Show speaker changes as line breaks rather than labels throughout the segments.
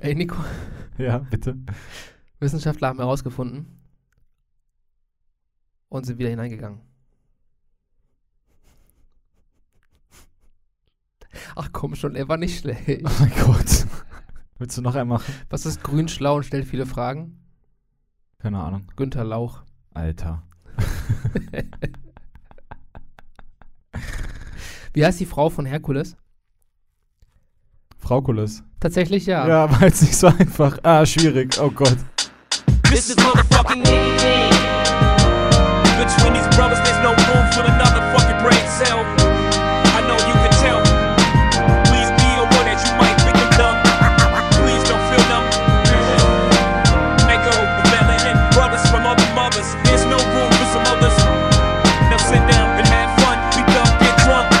Ey, Nico,
Ja, bitte.
Wissenschaftler haben herausgefunden und sind wieder hineingegangen. Ach komm schon, er war nicht schlecht.
Oh mein Gott. Willst du noch einmal?
Was ist grün, schlau und stellt viele Fragen?
Keine Ahnung.
Günther Lauch.
Alter.
Wie heißt die Frau von Herkules?
Fraukulis.
Tatsächlich ja.
Ja, war jetzt nicht so einfach. Ah, schwierig. Oh Gott.
This is motherfucking easy. Between these brothers, there's no room for another fucking brain cell. I know you can tell. Please be aware that you might think I'm dumb. Please don't feel numb. Echo, the melanin brothers from other mothers. There's no room for some others. Now sit down and have fun. We dumb, get drunk.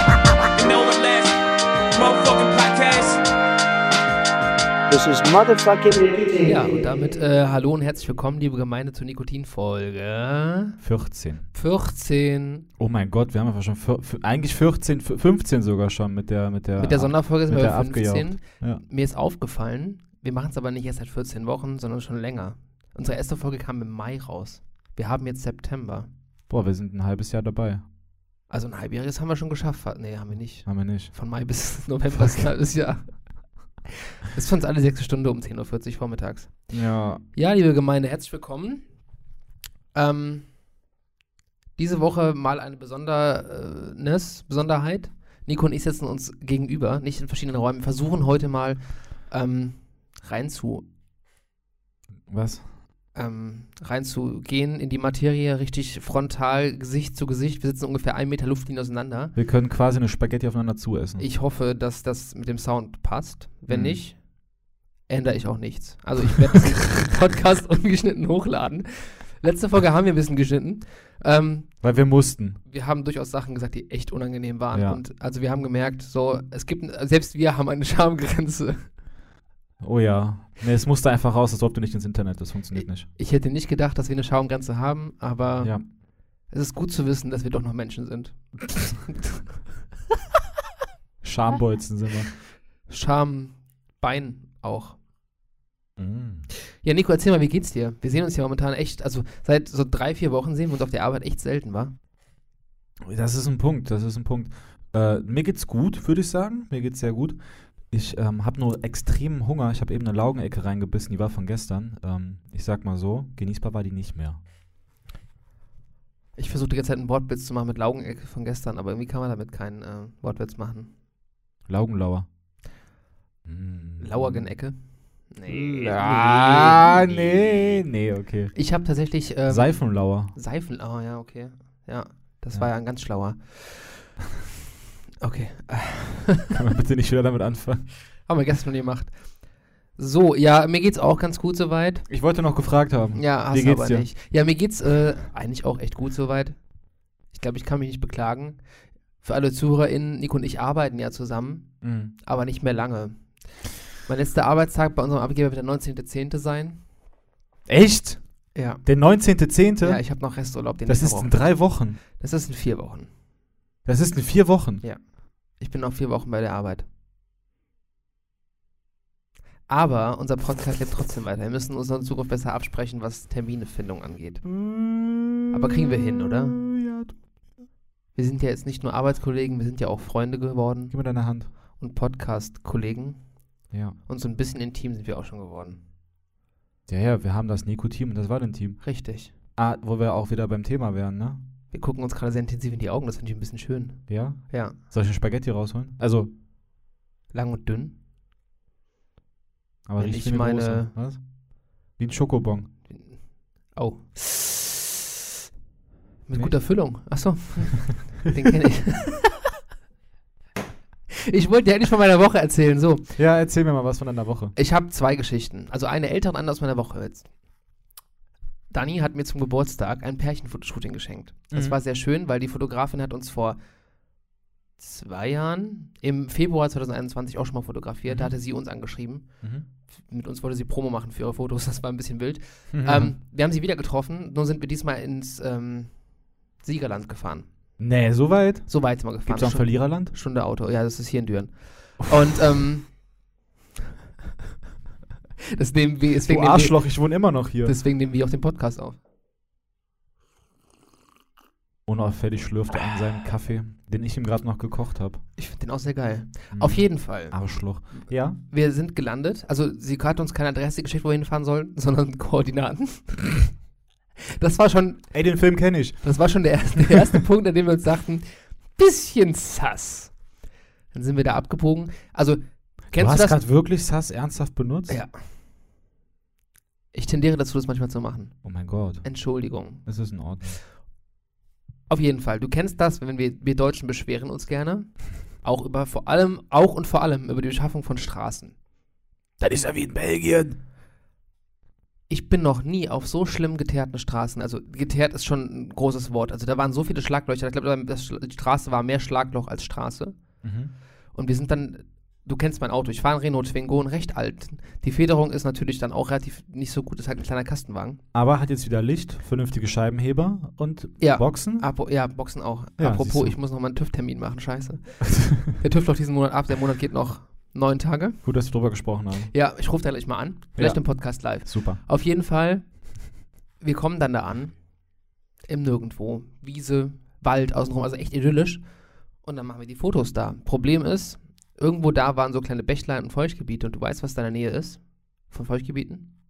And know the last motherfucking podcast.
This is motherfucking.
Ja, und damit äh, hallo und herzlich willkommen, liebe Gemeinde, zur Nikotinfolge
14.
14.
Oh mein Gott, wir haben einfach schon vier, f- eigentlich 14, f- 15 sogar schon mit der mit der
Mit der Sonderfolge sind
mit
wir
der
bei 15.
abgejaucht. Ja.
Mir ist aufgefallen, wir machen es aber nicht erst seit 14 Wochen, sondern schon länger. Unsere erste Folge kam im Mai raus. Wir haben jetzt September.
Boah, wir sind ein halbes Jahr dabei.
Also ein halbjähriges haben wir schon geschafft. Fa- Nee, haben wir nicht.
Haben wir nicht.
Von Mai bis November ist ein halbes Jahr. Das ist für uns alle sechste Stunde um 10.40 Uhr vormittags.
Ja,
Ja, liebe Gemeinde, herzlich willkommen. Ähm, diese Woche mal eine Besondernis, Besonderheit. Nico und ich sitzen uns gegenüber, nicht in verschiedenen Räumen. Wir versuchen heute mal ähm, rein zu
was?
ähm, reinzugehen in die Materie, richtig frontal, Gesicht zu Gesicht. Wir sitzen ungefähr einen Meter Luftlinie auseinander.
Wir können quasi eine Spaghetti aufeinander zuessen.
Ich hoffe, dass das mit dem Sound passt. Wenn
Mhm.
nicht, ändere ich auch nichts. Also ich werde den Podcast ungeschnitten hochladen. Letzte Folge haben wir ein bisschen geschnitten. Ähm,
Weil wir mussten.
wir haben durchaus Sachen gesagt, die echt unangenehm waren.
Ja.
Und also wir haben gemerkt, so, es gibt, selbst wir haben eine Schamgrenze.
Oh ja. Nee, es musste einfach raus, das durfte nicht ins Internet, das funktioniert nicht.
Ich Ah. hätte nicht gedacht, dass wir eine Schamgrenze haben, aber
Ja.
es ist gut zu wissen, dass wir doch noch Menschen sind.
Schambolzen sind wir.
Scham, Bein auch.
Mhm.
Ja, Nico, erzähl mal, wie geht's dir? Wir sehen uns ja momentan echt, also seit so drei, vier Wochen sehen wir uns auf der Arbeit echt selten, wa?
Das ist ein Punkt, das ist ein Punkt. Äh, mir geht's gut, würde ich sagen. Mir geht's sehr gut. Ich ähm, habe nur extremen Hunger. Ich habe eben eine Laugenecke reingebissen, die war von gestern. Ähm, ich sag mal so, genießbar war die nicht mehr.
Ich versuche die ganze Zeit einen Wortwitz zu machen mit Laugenecke von gestern, aber irgendwie kann man damit keinen äh, Wortwitz machen.
Laugenlauer. Mm.
Lauergenecke? Nee.
Ah, nee, nee, okay.
Ich habe tatsächlich ähm,
Seifenlauer.
Seifen. Oh ja, okay. Ja, das
Ja.
war ja ein ganz schlauer. Okay.
Kann man bitte nicht wieder damit anfangen?
Haben wir gestern schon gemacht. So, ja, mir geht's auch ganz gut soweit.
Ich wollte noch gefragt haben.
Ja, hast
Wie
du
geht's
aber
dir?
nicht. Ja, mir geht's äh, eigentlich auch echt gut soweit. Ich glaube, ich kann mich nicht beklagen. Für alle ZuhörerInnen, Nico und ich arbeiten ja zusammen,
Mm.
aber nicht mehr lange. Mein letzter Arbeitstag bei unserem Arbeitgeber wird der 19.10. sein.
Echt?
Ja.
Der 19.10.?
Ja, ich habe noch Resturlaub. Den
das
ich
ist in
verbrauche.
drei Wochen.
das ist in vier Wochen.
Das ist in vier Wochen.
Ich bin noch vier Wochen bei der Arbeit. Aber unser Podcast lebt trotzdem weiter. Wir müssen uns in Zukunft besser absprechen, was Terminefindung angeht.
Aber
kriegen wir hin, oder?
Ja, du-
Wir sind ja jetzt nicht nur Arbeitskollegen, wir sind ja auch Freunde geworden.
gib mir deine Hand.
und Podcast-Kollegen.
Ja.
Und so ein bisschen intim sind wir auch schon geworden.
Ja, ja, wir haben das Nico-Team und das Valentin-Team.
Richtig.
Ah, wo wir auch wieder beim Thema wären, ne?
Wir gucken uns gerade sehr intensiv in die Augen, das finde ich ein bisschen schön.
Ja?
Ja.
Soll ich eine Spaghetti rausholen? Also,
Lang und dünn.
aber
Wenn
riecht
ich
wie eine große.
meine-
Was? Wie ein Schokobon.
Oh. Mit
Nee.
guter Füllung. Achso. Den kenne ich. ich wollte dir endlich von meiner Woche erzählen. So,
Ja, erzähl mir mal was von deiner Woche.
ich habe zwei Geschichten. Also eine ältere und eine aus meiner Woche jetzt. Dani hat mir zum Geburtstag ein Pärchenfotoshooting geschenkt. Das
Mhm.
war sehr schön, weil die Fotografin hat uns vor zwei Jahren, im Februar 2021 auch schon mal fotografiert. Da
Mhm.
hatte sie uns angeschrieben.
Mhm.
Mit uns wollte sie Promo machen für ihre Fotos. Das war ein bisschen wild.
Mhm.
Ähm, wir haben sie wieder getroffen, nur sind wir diesmal ins ähm, Siegerland gefahren.
nee, so weit?
So weit sind wir gefahren.
Gibt's auch ein
Stunde,
Verliererland?
Stunde Auto. Ja, das ist hier in Düren. Und ähm, Das nehmen wir,
Du
deswegen, nehmen wir,
Arschloch, ich wohne immer noch hier.
deswegen nehmen wir auch den Podcast auf.
Unauffällig schlürfte er an seinem Kaffee, den ich ihm gerade noch gekocht habe.
Ich finde den auch sehr geil.
Mhm.
Auf jeden Fall.
Arschloch. Ja?
Wir sind gelandet. Also, sie hat uns keine Adresse geschickt, wo wir hinfahren sollen, sondern Koordinaten. Das war schon,
Ey, den Film kenne ich.
das war schon der erste, der erste Punkt, an dem wir uns dachten, bisschen sass. Dann sind wir da abgebogen. Also,
du
kennst
hast
du, das?
gerade wirklich Sass ernsthaft benutzt?
Ja. Ich tendiere dazu, das manchmal zu machen.
Oh mein Gott.
Entschuldigung.
Es ist in Ordnung.
Auf jeden Fall. Du kennst das, wenn wir, wir Deutschen beschweren uns gerne. Auch über vor allem, auch und vor allem über die Beschaffung von Straßen.
Das ist ja wie in Belgien.
Ich bin noch nie auf so schlimm geteerten Straßen. Also geteert ist schon ein großes Wort. Also da waren so viele Schlaglöcher. Ich glaube, das Schla- die Straße war mehr Schlagloch als Straße.
Mhm.
Und wir sind dann, du kennst mein Auto, ich fahre einen Renault Twingo, einen recht alt. Die Federung ist natürlich dann auch relativ nicht so gut, ist halt ein kleiner Kastenwagen.
Aber hat jetzt wieder Licht, vernünftige Scheibenheber und
Ja.
Boxen.
Apo, ja, Boxen auch.
Mhm. Ja, siehst
Apropos,
du.
ich muss noch mal einen TÜV-Termin machen, scheiße. Der TÜV läuft diesen Monat ab, der Monat geht noch neun Tage.
Gut, dass wir drüber gesprochen haben.
Ja, ich rufe da gleich mal an. Vielleicht
Ja.
im Podcast live.
Super.
Auf jeden Fall, wir kommen dann da an. Im Nirgendwo. Wiese, Wald außenrum, also echt idyllisch. Und dann machen wir die Fotos da. Problem ist, irgendwo da waren so kleine Bächlein und Feuchtgebiete und du weißt, was da in der Nähe ist? Von Feuchtgebieten?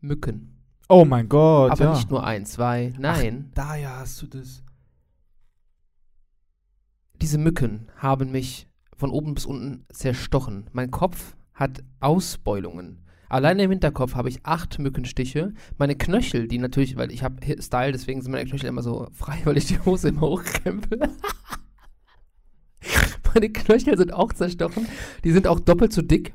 Mücken.
Oh mein Gott,
Aber
ja.
nicht nur ein, zwei, nein.
Daher hast du das.
Diese Mücken haben mich von oben bis unten zerstochen. Mein Kopf hat Ausbeulungen. Allein im Hinterkopf habe ich acht Mückenstiche. Meine Knöchel, die natürlich, weil ich habe Hi- Style, deswegen sind meine Knöchel immer so frei, weil ich die Hose immer hochkrempel. meine Knöchel sind auch zerstochen. Die sind auch doppelt so dick.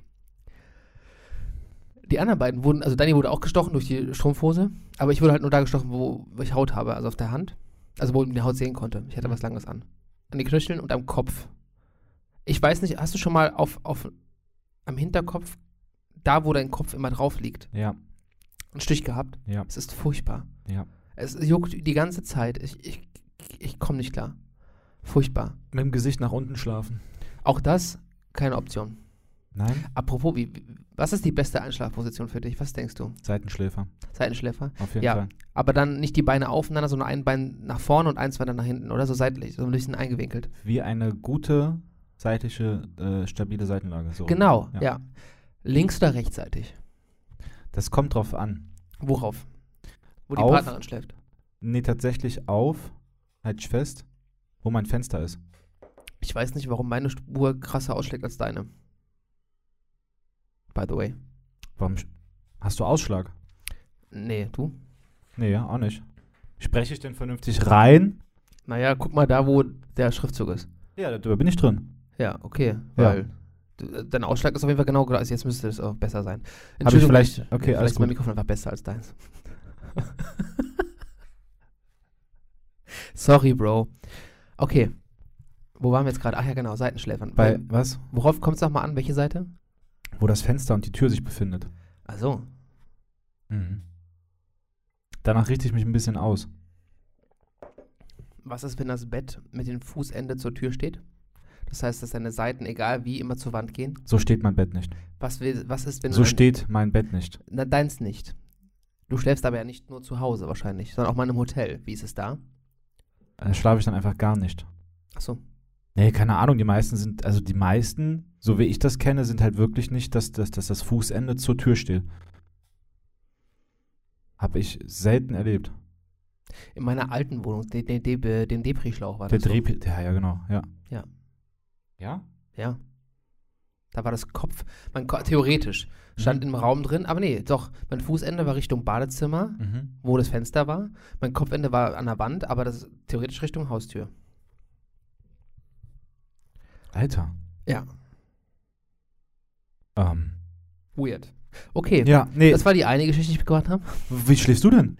Die anderen beiden wurden, also Dani wurde auch gestochen durch die Strumpfhose, aber ich wurde halt nur da gestochen, wo wo ich Haut habe, also auf der Hand. Also wo ich die Haut sehen konnte. Ich hatte was Langes an an den Knöcheln und am Kopf. Ich weiß nicht, hast du schon mal auf, auf am Hinterkopf, da wo dein Kopf immer drauf liegt,
Ja,
einen Stich gehabt?
ja,
Es ist furchtbar.
ja.
Es juckt die ganze Zeit. Ich, ich, ich komme nicht klar. Furchtbar.
Mit dem Gesicht nach unten schlafen.
Auch das keine Option.
Nein,
Apropos, wie, wie- was ist die beste Einschlafposition für dich? Was denkst du?
Seitenschläfer.
Seitenschläfer?
Auf jeden
Ja.
Fall.
Aber dann nicht die Beine aufeinander, sondern ein Bein nach vorne und eins weiter nach hinten, oder? So seitlich, so ein bisschen eingewinkelt.
Wie eine gute seitliche, äh, stabile Seitenlage. So.
Genau, ja.
Ja.
Links oder rechtsseitig?
Das kommt drauf an.
Worauf? Wo die
Auf-
Partnerin schläft.
Nee, tatsächlich auf, halt ich fest, wo mein Fenster ist.
Ich weiß nicht, warum meine Spur krasser ausschlägt als deine. By the way.
Warum? sch- Hast du Ausschlag?
Nee, du?
Nee, ja, auch nicht. Spreche ich denn vernünftig rein?
Naja, guck mal da, wo der Schriftzug ist.
Ja, da bin ich drin.
Ja, okay.
Ja.
Weil du, dein Ausschlag ist auf jeden Fall genau gleich. Jetzt müsste es auch besser sein.
Hab ich vielleicht-
wenn
okay,
vielleicht
alles
ist mein
gut.
Mikrofon einfach besser als deins. Sorry, Bro. Okay. Wo waren wir jetzt gerade? Ach ja, genau, Seitenschläfern.
Bei was?
Worauf kommt es nochmal an? Welche Seite?
Wo das Fenster und die Tür sich befindet.
Also,
Mhm. Danach richte ich mich ein bisschen aus.
was ist, wenn das Bett mit dem Fußende zur Tür steht? Das heißt, dass deine Seiten, egal wie, immer zur Wand gehen.
So steht mein Bett nicht.
Was, will, was ist, wenn
So
du dein-
steht mein Bett nicht.
Na, deins nicht? Du schläfst aber ja nicht nur zu Hause wahrscheinlich, sondern auch mal in einem Hotel. Wie ist es da?
Da Äh, schlafe ich dann einfach gar nicht.
Achso.
Nee, keine Ahnung, die meisten sind, also die meisten, so wie ich das kenne, sind halt wirklich nicht, dass, dass, dass das Fußende zur Tür steht. Habe ich selten erlebt.
In meiner alten Wohnung, de, de, de, dem Depri-Schlauch war
Der
das. so.
Trieb, ja, ja, genau, ja.
Ja.
Ja?
Ja. Da war das Kopf. Mein Ko theoretisch stand
Mhm.
im Raum drin, aber nee, doch. Mein Fußende war Richtung Badezimmer,
Mhm.
wo das Fenster war. Mein Kopfende war an der Wand, aber das theoretisch Richtung Haustür.
Alter.
Ja.
Ähm.
Weird. Okay.
Ja, nee,
Das war die eine Geschichte, die ich mitgebracht habe.
wie schläfst du denn?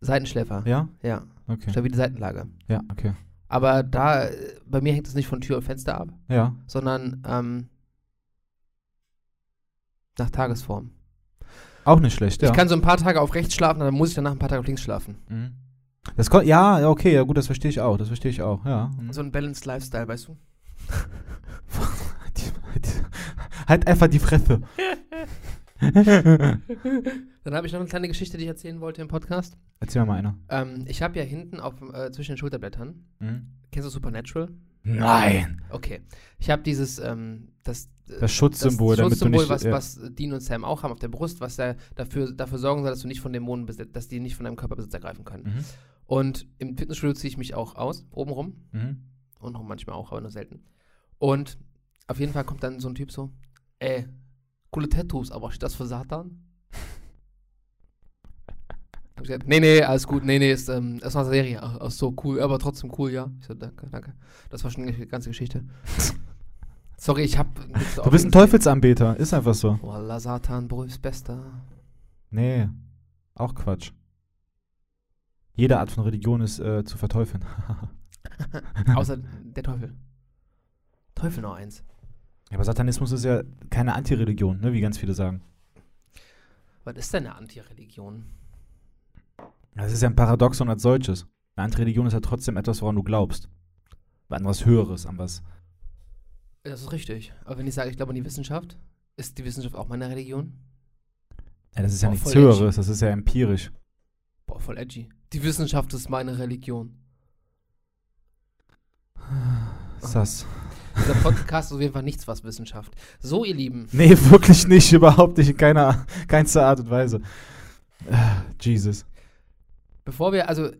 Seitenschläfer.
Ja?
Ja.
Okay.
Stabile Seitenlage.
Ja, okay.
Aber da, äh, bei mir hängt es nicht von Tür und Fenster ab,
Ja.
sondern ähm, nach Tagesform.
Auch nicht schlecht, ja.
Ich kann so ein paar Tage auf rechts schlafen, dann muss ich danach ein paar Tage auf links schlafen.
Mhm. Das kon ja, ja, okay, ja gut, das verstehe ich auch, das verstehe ich auch, ja. Mhm.
So ein Balanced Lifestyle, weißt du?
Die- die- halt einfach die Fresse.
Dann habe ich noch eine kleine Geschichte, die ich erzählen wollte im Podcast.
Erzähl mir mal einer.
Ähm, ich habe ja hinten auf, äh, zwischen den Schulterblättern,
Hm?
kennst du Supernatural?
Nein!
Okay. Ich habe dieses, ähm, das, äh,
Das Schutzsymbol,
das
damit
Schutzsymbol
du nicht.
was,
ja.
was Dean und Sam auch haben auf der Brust, was da dafür, dafür sorgen soll, dass du nicht von Dämonen besetzt, dass die nicht von deinem Körperbesitz ergreifen können.
Mhm.
Und im Fitnessstudio ziehe ich mich auch aus, obenrum.
Mhm.
Und noch manchmal auch, aber nur selten. Und auf jeden Fall kommt dann so ein Typ so, ey, coole Tattoos, aber steht das für Satan? Hab ich gesagt, nee, nee, alles gut, nee, nee, ist, ähm, ist eine Serie. Ach, ach so, cool, aber trotzdem cool, ja. Ich so, danke, danke. Das war schon die ganze Geschichte. Sorry, ich hab... nichts
Du bist ein
aufgeschrieben.
Teufelsanbeter, ist einfach so.
Wallah, Satan, Berufs Bester.
Nee, auch Quatsch. Jede Art von Religion ist äh, zu verteufeln.
Außer der Teufel. Teufel noch eins.
Ja, Aber Satanismus ist ja keine Antireligion, ne, wie ganz viele sagen.
Was ist denn eine Antireligion?
Das ist ja ein Paradoxon als solches. Eine Antireligion ist ja trotzdem etwas, woran du glaubst. An was Höheres, an was.
Das ist richtig. Aber wenn ich sage, ich glaube an die Wissenschaft, ist die Wissenschaft auch meine Religion?
Ja, das ist ja
Boah,
nichts
voll Ah. edgy.
Höheres, das ist ja empirisch.
Boah, voll edgy. Die Wissenschaft ist meine Religion.
Sass.
Dieser Podcast ist auf jeden Fall nichts, was Wissenschaft. So, ihr Lieben,
Nee, wirklich nicht, überhaupt nicht, in keiner, keinster Art und Weise. Ah, Jesus.
bevor wir, also,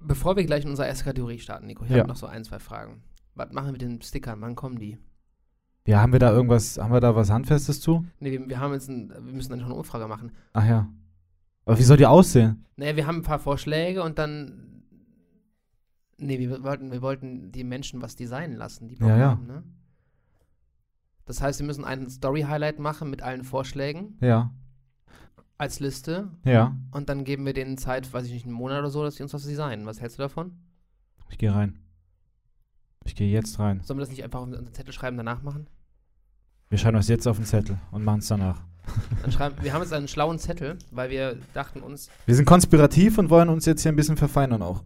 bevor wir gleich in unsere erste Kategorie starten, Nico, ich
Ja.
habe noch so ein, zwei Fragen. Was machen wir mit den Stickern? Wann kommen die?
Ja, haben wir da irgendwas, haben wir da was Handfestes zu?
Nee, Ne, wir, wir haben jetzt ein, wir müssen dann noch eine Umfrage machen.
Ach ja. Aber wie soll die aussehen?
Naja, wir haben ein paar Vorschläge und dann. Nee, wir wollten, wir wollten die Menschen was designen lassen, die wir
Ja, ja.
haben, ne? Das heißt, wir müssen einen Story-Highlight machen mit allen Vorschlägen
Ja,
als Liste
ja.
Und dann geben wir denen Zeit, weiß ich nicht, einen Monat oder so, dass sie uns was designen. Was hältst du davon?
Ich gehe rein. Ich gehe jetzt rein.
Sollen wir das nicht einfach auf unseren Zettel schreiben, danach machen?
Wir schreiben das jetzt auf den Zettel und machen es danach.
Dann schreiben, wir haben jetzt einen schlauen Zettel, weil wir dachten uns,
Wir sind konspirativ und wollen uns jetzt hier ein bisschen verfeinern auch.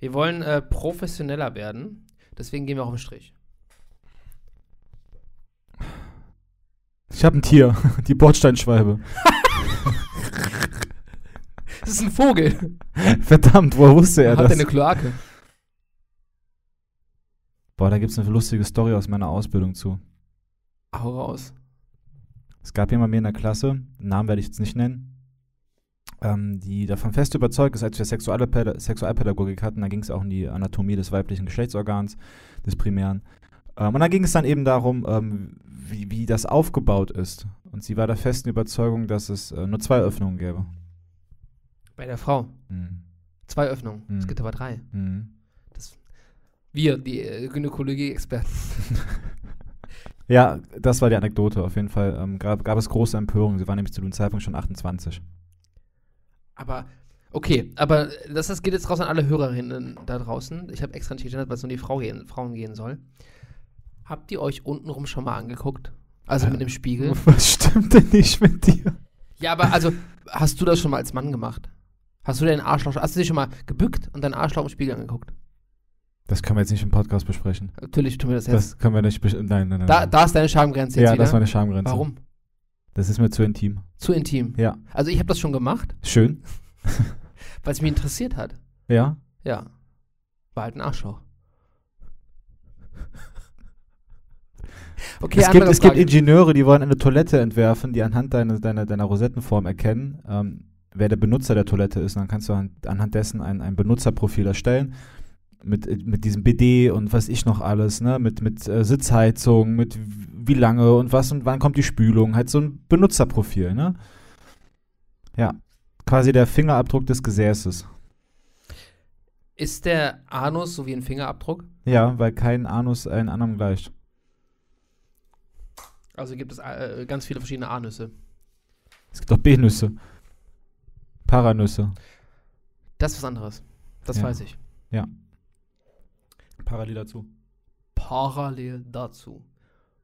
wir wollen äh, professioneller werden. Deswegen gehen wir auch im Strich.
Ich habe ein Tier, die Bordsteinschwalbe.
Das ist ein Vogel.
Verdammt, woher wusste er
Hat er
das?
eine Kloake?
Boah, da gibt's eine lustige Story aus meiner Ausbildung zu.
Hau raus.
Es gab jemanden bei mir in der Klasse, Namen werde ich jetzt nicht nennen, ähm, die davon fest überzeugt ist, als wir Sexualpäda Sexualpädagogik hatten, da ging es auch um die Anatomie des weiblichen Geschlechtsorgans, des Primären. Ähm, und da ging es dann eben darum, ähm, wie, wie das aufgebaut ist. Und sie war der festen Überzeugung, dass es äh, nur zwei Öffnungen gäbe.
Bei der Frau.
Mhm.
Zwei Öffnungen.
Mhm.
Es gibt aber drei.
Mhm.
Wir, die äh, Gynäkologie-Experten.
Ja, das war die Anekdote auf jeden Fall. Ähm, gab, gab es große Empörung. Sie war nämlich zu dem Zeitpunkt schon 28.
Aber, okay, aber das, das geht jetzt raus an alle Hörerinnen da draußen. Ich habe extra nicht gegendert, weil es nur die Frau gehen, Frauen gehen soll. Habt ihr euch untenrum schon mal angeguckt? Also
Ja.
mit dem Spiegel?
Was stimmt denn nicht mit dir?
Ja, aber also, hast du das schon mal als Mann gemacht? Hast du deinen Arschloch, hast du dich schon mal gebückt und deinen Arschloch im Spiegel angeguckt?
Das können wir jetzt nicht im Podcast besprechen.
Natürlich tun wir das jetzt.
Das können wir nicht besprechen. Nein, nein, nein.
da,
nein.
da ist deine Schamgrenze jetzt
ja,
wieder.
das war eine Schamgrenze.
Warum?
Das ist mir zu intim.
Zu intim.
Ja.
Also ich habe das schon gemacht,
Schön.
weil es mich interessiert hat.
Ja.
Ja. War halt ein Arschloch. Okay,
es gibt,
andere
es gibt
Frage.
Ingenieure, die wollen eine Toilette entwerfen, die anhand deiner, deiner, deiner Rosettenform erkennen, ähm, wer der Benutzer der Toilette ist. Und dann kannst du an, anhand dessen ein, ein Benutzerprofil erstellen. Mit, mit diesem BD und was ich noch alles, ne? Mit, mit äh, Sitzheizung, mit w- wie lange und was und wann kommt die Spülung. Halt so ein Benutzerprofil, ne? Ja. Quasi der Fingerabdruck des Gesäßes.
Ist der Anus so wie ein Fingerabdruck?
Ja, weil kein Anus einen anderen gleicht.
Also gibt es äh, ganz viele verschiedene Anüsse.
Es gibt auch B-Nüsse. Paranüsse.
Das ist was anderes. Das
Ja.
weiß ich.
Parallel dazu.
Parallel dazu.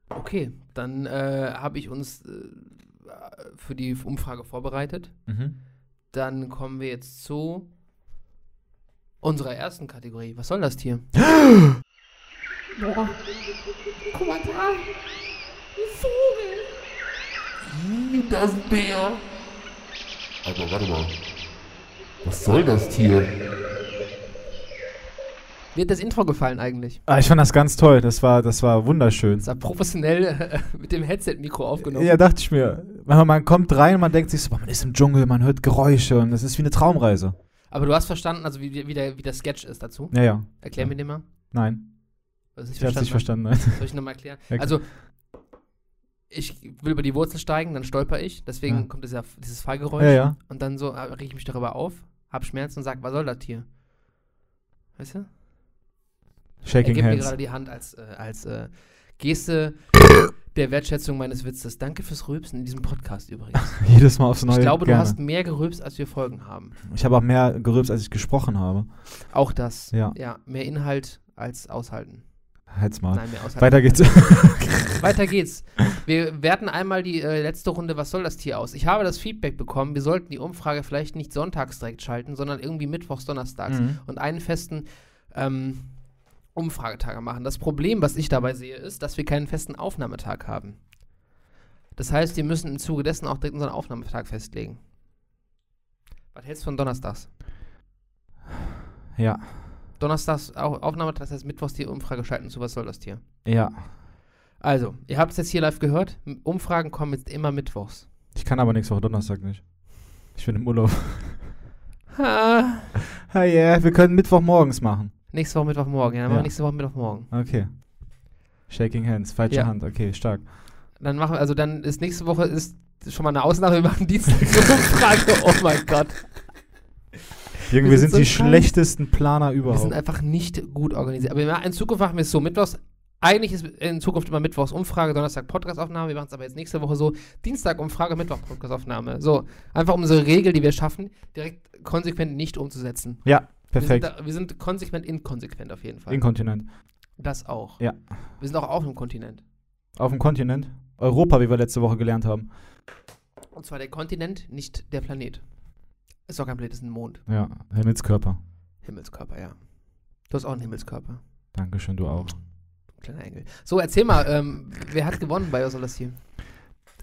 Okay, dann äh, habe ich uns äh, für die Umfrage vorbereitet.
Mhm.
Dann kommen wir jetzt zu unserer ersten Kategorie. Was soll das Tier?
Boah. Guck mal da. Ein Vogel.
Hm,
Das Bär. Aber warte mal. Was soll das Tier?
Mir hat das Intro gefallen eigentlich.
Ah, ich fand das ganz toll. Das war, das war wunderschön.
Das war professionell äh, mit dem Headset-Mikro aufgenommen.
Ja, dachte ich mir. Man, man kommt rein und man denkt sich so, boah, man ist im Dschungel, man hört Geräusche und das ist wie eine Traumreise.
Aber du hast verstanden, also wie, wie, der, wie der Sketch ist dazu.
Ja, ja.
Erklär mir den mal.
Nein.
Was
Ich hab's nicht
habe.
verstanden. Nein.
Soll ich nochmal erklären?
Okay.
Also, ich will über die Wurzel steigen, dann stolper ich. Deswegen
Ja.
kommt dieser, dieses Fallgeräusch.
Ja, ja.
Und dann so äh, reg ich mich darüber auf, hab Schmerzen und sag, was soll das hier? Weißt du? er
Shaking
gibt mir
Hands.
gerade die Hand als, äh, als äh, Geste der Wertschätzung meines Witzes. Danke fürs Rülpsen in diesem Podcast übrigens.
Jedes Mal aufs Neue.
ich glaube,
gerne.
du hast mehr gerülpst, als wir Folgen haben.
Ich habe auch mehr gerülpst, als ich gesprochen habe.
Auch das.
Ja.
mehr Inhalt als aushalten.
Halt's mal.
Nein, mehr aushalten.
Weiter geht's.
Weiter geht's. Wir werten einmal die äh, letzte Runde Was soll das Tier aus? Ich habe das Feedback bekommen, wir sollten die Umfrage vielleicht nicht sonntags direkt schalten, sondern irgendwie mittwochs, donnerstags
Mhm.
und einen festen ähm, Umfragetag machen. Das Problem, was ich dabei sehe, ist, dass wir keinen festen Aufnahmetag haben. Das heißt, wir müssen im Zuge dessen auch direkt unseren Aufnahmetag festlegen. Was hältst du von donnerstags?
Ja.
Donnerstags Au- Aufnahmetag, das heißt mittwochs die Umfrage schalten zu Was soll das Tier?
Ja.
Also, ihr habt es jetzt hier live gehört. M- Umfragen kommen jetzt immer mittwochs.
Ich kann aber nächste Woche Donnerstag nicht. Ich bin im Urlaub.
Ah,
Ah, yeah. Wir können Mittwoch morgens machen.
nächste Woche Mittwochmorgen. Ja, dann
Ja.
machen wir nächste Woche Mittwochmorgen.
Okay. Shaking Hands. Falsche
Ja.
Hand. Okay, stark.
Dann machen wir, also dann ist nächste Woche ist schon mal eine Ausnahme. Wir machen Dienstag eine Umfrage. Oh mein Gott.
Jürgen, wir,
Wir sind
sind,
so
die
krank.
schlechtesten Planer
Wir
überhaupt.
sind einfach nicht gut organisiert. Aber wir machen- in Zukunft machen wir es so: Mittwochs. Eigentlich ist in Zukunft immer Mittwochs Umfrage, Donnerstag Podcastaufnahme. Wir machen es aber jetzt nächste Woche so: Dienstag Umfrage, Mittwoch Podcastaufnahme. So, einfach unsere Regel, die wir schaffen, direkt konsequent nicht umzusetzen.
ja, perfekt.
Wir sind, da, wir sind konsequent inkonsequent auf jeden Fall.
Inkontinent.
das auch.
Ja.
Wir sind auch auf dem Kontinent.
Auf dem Kontinent. Europa, wie wir letzte Woche gelernt haben.
Und zwar der Kontinent, nicht der Planet. Ist doch kein Planet, ist ein Mond.
Ja, Himmelskörper.
Himmelskörper, ja. Du hast auch einen Himmelskörper.
Dankeschön, du auch.
Kleiner Engel. So, erzähl mal, ähm, wer hat gewonnen bei Osolas Team?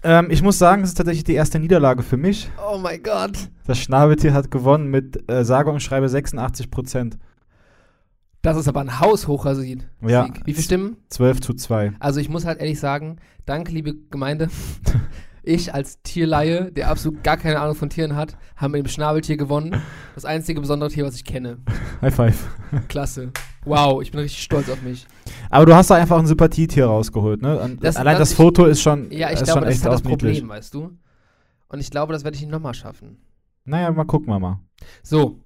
Ähm, ich muss sagen, es ist tatsächlich die erste Niederlage für mich.
Oh mein Gott.
Das Schnabeltier hat gewonnen mit äh, sage und schreibe 86 Prozent.
Das ist aber ein haushocher Sieg.
Ja.
Sieg. Wie viele Stimmen?
12 zu 2.
Also ich muss halt ehrlich sagen, danke liebe Gemeinde. Ich als Tierlaie, der absolut gar keine Ahnung von Tieren hat, haben mit dem Schnabeltier gewonnen. Das einzige besondere Tier, was ich kenne.
High five.
Klasse. Wow, ich bin richtig stolz auf mich.
Aber du hast da einfach ein Sympathietier rausgeholt, ne? Und
Das-
allein
das-
das, Foto ist schon.
Ja, ich
ist
glaube,
schon
das
echt
ist halt das
ausniedlich.
Problem, weißt du? Und ich glaube, das werde ich nicht nochmal schaffen.
Naja, mal gucken wir mal.
So,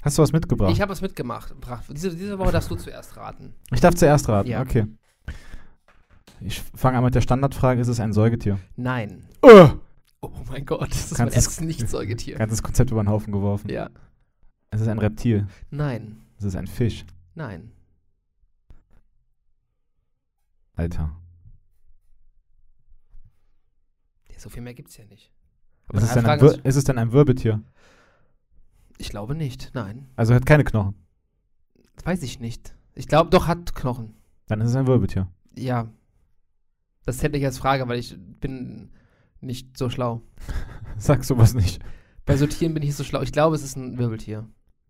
Hast du was mitgebracht?
ich habe was mitgemacht. Bracht- Diese, diese Woche darfst du zuerst raten.
Ich darf zuerst raten.
Ja.
Okay. Ich fange an mit der Standardfrage: Ist es ein Säugetier?
Nein. Oh mein Gott, das ist mein
Kannst du's-
erstes Nicht-Säugetier.
Ganzes Konzept über den Haufen geworfen.
Ja.
Es ist ein Reptil.
Nein.
Es ist ein Fisch.
Nein.
Alter.
Ja, so viel mehr gibt's ja nicht. Aber
Ist es,
eine
denn ein
Frage
Wir- ist es denn ein Wirbeltier?
ist- ich glaube nicht. Nein.
Also hat keine Knochen.
Das weiß ich nicht. Ich glaube, doch hat Knochen.
Dann ist es ein Wirbeltier.
Ja. Das hätte ich als Frage, weil ich bin nicht so schlau.
Sag sowas nicht.
Bei so Tieren bin ich nicht so schlau. Ich glaube, es ist ein Wirbeltier.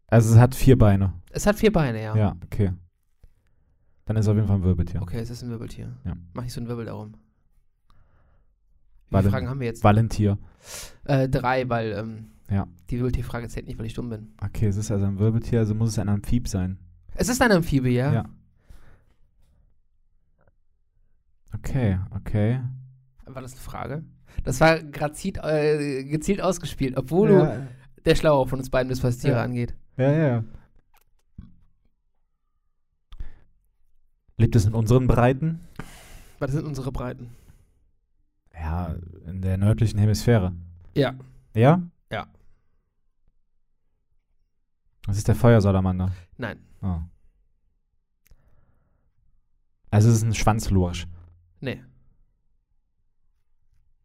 Also es hat vier Beine.
Es hat vier Beine, ja.
Ja, okay. Dann ist es auf jeden Fall ein Wirbeltier.
Okay, es ist ein Wirbeltier.
Ja.
Mach nicht so einen Wirbel darum. Wie
Weil-
viele Fragen haben wir jetzt?
Valentier.
Äh, drei, weil ähm,
Ja.
die Wirbeltierfrage zählt nicht, weil ich dumm bin.
Okay, es ist also ein Wirbeltier, also muss es ein Amphib sein.
Es ist ein Amphibie, ja?
Ja. Okay, okay.
War das eine Frage? Das war grazit, äh, gezielt ausgespielt, obwohl du
ja,
der Schlauer von uns beiden bist, was Tiere
Ja.
angeht.
ja, ja. Lebt es in unseren Breiten?
Was sind unsere Breiten?
Ja, in der nördlichen Hemisphäre.
Ja.
Ja?
Ja.
Das ist der Feuersalamander.
Nein.
Oh. Also es ist ein Schwanzlurch.
Nee.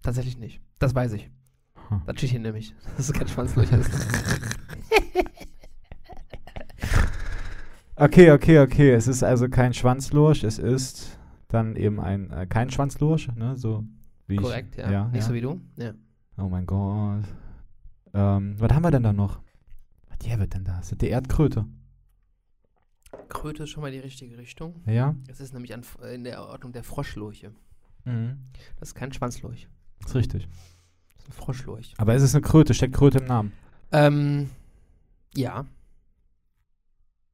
Tatsächlich nicht. Das weiß ich.
Hm.
Das steht hier nämlich. Das ist kein Schwanzlöcher. das ist-
Okay, okay, okay. Es ist also kein Schwanzlurch, es ist dann eben ein äh, kein Schwanzlurch, ne? So Wie
Korrekt,
ich,
ja.
ja,
Nicht
ja.
so wie du. Ja.
Oh mein Gott. Ähm, was haben wir denn da noch? Was hier wird denn da? Das ist die Erdkröte.
Kröte ist schon mal die richtige Richtung.
Ja?
Es ist nämlich an, äh, in der Ordnung der Froschlurche.
Mhm.
Das ist kein Schwanzlurch.
Ist richtig.
Das ist ein Froschlurch.
Aber es ist eine Kröte, steckt Kröte im Namen.
Ähm, ja.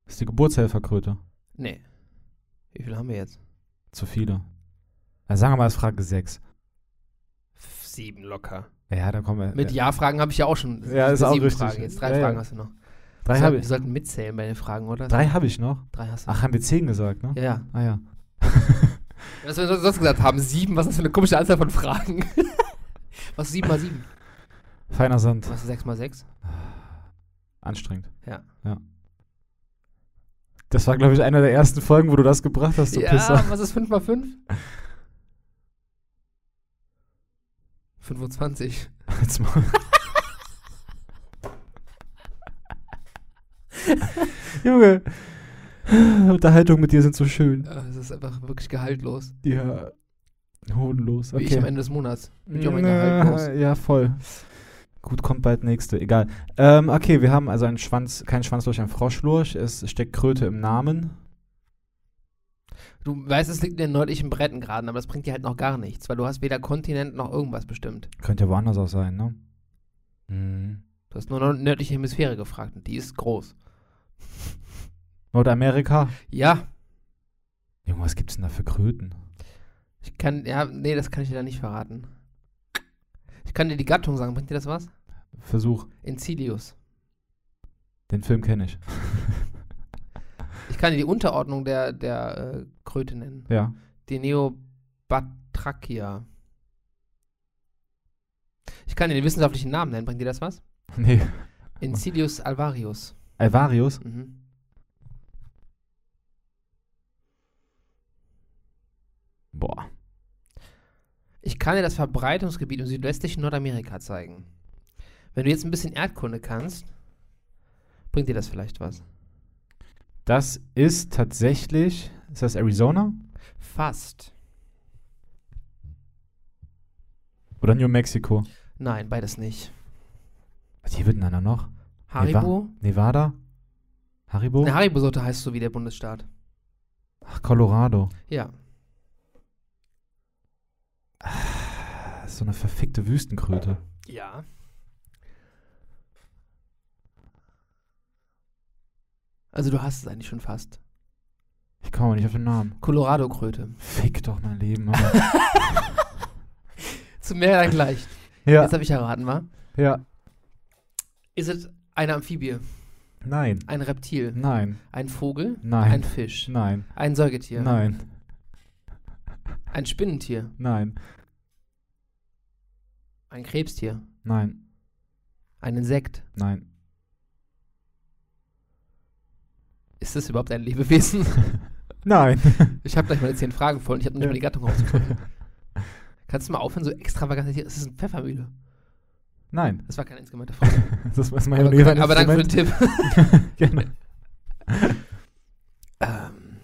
Das ist die Geburtshelferkröte.
Nee. Wie viel haben wir jetzt?
Zu viele. Na, sagen wir mal, es ist Frage 6.
F- Sieben locker.
Ja, dann kommen wir.
Mit
ja,
Ja-Fragen habe ich ja auch schon. Das
Ja,
sind
ist
ja
auch
sieben
richtig.
Fragen. Jetzt drei
Ja, ja.
Fragen hast du noch.
drei
wir,
habe
sollten, wir
ich,
sollten mitzählen bei den Fragen, oder?
drei hab ich noch.
Drei hast du.
Ach, haben wir 10 gesagt, ne?
Ja, ja.
Ah ja.
Was wir sonst gesagt haben, sieben, was ist das für eine komische Anzahl von Fragen? was ist sieben mal sieben?
Feiner Sand.
Was ist sechs mal sechs?
Anstrengend.
Ja.
Ja. Das war, glaube ich, einer der ersten Folgen, wo du das gebracht hast, du
ja,
Pisser.
was ist fünf mal fünf? 25.
Jetzt mal. Junge. Unterhaltung mit dir sind so schön.
Ja, Es ist einfach wirklich gehaltlos.
Ja. Hodenlos.
Wie ich am
Okay.
Ende des Monats. Bin ich auch mal gehaltlos.
Ja, ja, voll. Gut, kommt bald nächste. Egal. Ähm, okay, wir haben also einen Schwanz, keinen Schwanz durch einen Froschlurch. Es steckt Kröte im Namen.
Du weißt, es liegt in den nördlichen Breitengraden, aber das bringt dir halt noch gar nichts, weil du hast weder Kontinent noch irgendwas bestimmt.
Könnte ja woanders auch sein, ne? Mhm.
Du hast nur nord- nördliche Hemisphäre gefragt und die ist groß.
Nordamerika.
Ja,
Junge, was gibt's denn da für Kröten?
ich kann, ja, nee, das kann ich dir da nicht verraten. Ich kann dir die Gattung sagen, bringt dir das was?
Versuch.
Incilius.
Den Film kenne ich.
Ich kann dir die Unterordnung der, der äh, Kröte nennen.
Ja.
Die Neobatrachia. Ich kann dir den wissenschaftlichen Namen nennen, bringt dir das was?
Nee.
Incilius alvarius.
Alvarius.
Mhm.
Boah.
Ich kann dir das Verbreitungsgebiet im südwestlichen Nordamerika zeigen. Wenn du jetzt ein bisschen Erdkunde kannst, bringt dir das vielleicht was.
Das ist tatsächlich. Ist das Arizona?
Fast.
Oder New Mexico?
Nein, beides nicht.
Was hier wird denn einer noch?
Haribo?
Nevada? Haribo?
Eine Haribo-Sorte heißt so wie der Bundesstaat.
Ach, Colorado.
Ja.
Das ist so eine verfickte Wüstenkröte.
Ja. Also du hast es eigentlich schon fast.
Ich komme aber nicht auf den Namen.
Colorado-Kröte.
Fick doch mein Leben. Alter.
Zu mehr dann gleich.
ja.
Jetzt habe ich erraten, wa?
Ja.
Ist es eine Amphibie,
Nein.
ein Reptil,
Nein.
ein Vogel, ein
Nein.
Fisch,
Nein.
ein Säugetier,
Nein.
ein Spinnentier,
Nein.
ein Krebstier,
Nein.
ein Insekt.
Nein.
Ist das überhaupt ein Lebewesen?
Nein.
Ich habe gleich meine zehn Fragen voll und ich habe nicht
Ja.
mal die Gattung rausgefunden. Kannst du mal aufhören, so extravagant? Es ist ein Pfeffermühle.
Nein.
Das war keine insgemeinte Frage.
Das ist mein Genau.
Aber, aber danke für den Tipp.
Gerne.
Ähm,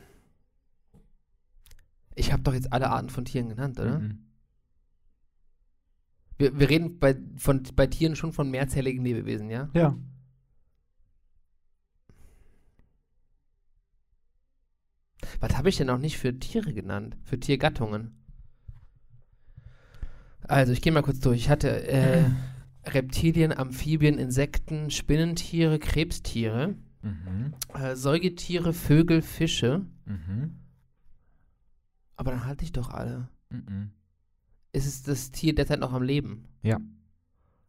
ich habe doch jetzt alle Arten von Tieren genannt, oder?
Mhm.
Wir, wir reden bei, von, bei Tieren schon von mehrzelligen Lebewesen, ja?
Ja.
Was habe ich denn noch nicht für Tiere genannt? Für Tiergattungen? Also, ich gehe mal kurz durch. Ich hatte äh, Reptilien, Amphibien, Insekten, Spinnentiere, Krebstiere,
Mhm.
äh, Säugetiere, Vögel, Fische.
Mhm.
Aber dann hatte ich doch alle.
Mhm.
Ist es das Tier derzeit noch am Leben?
Ja.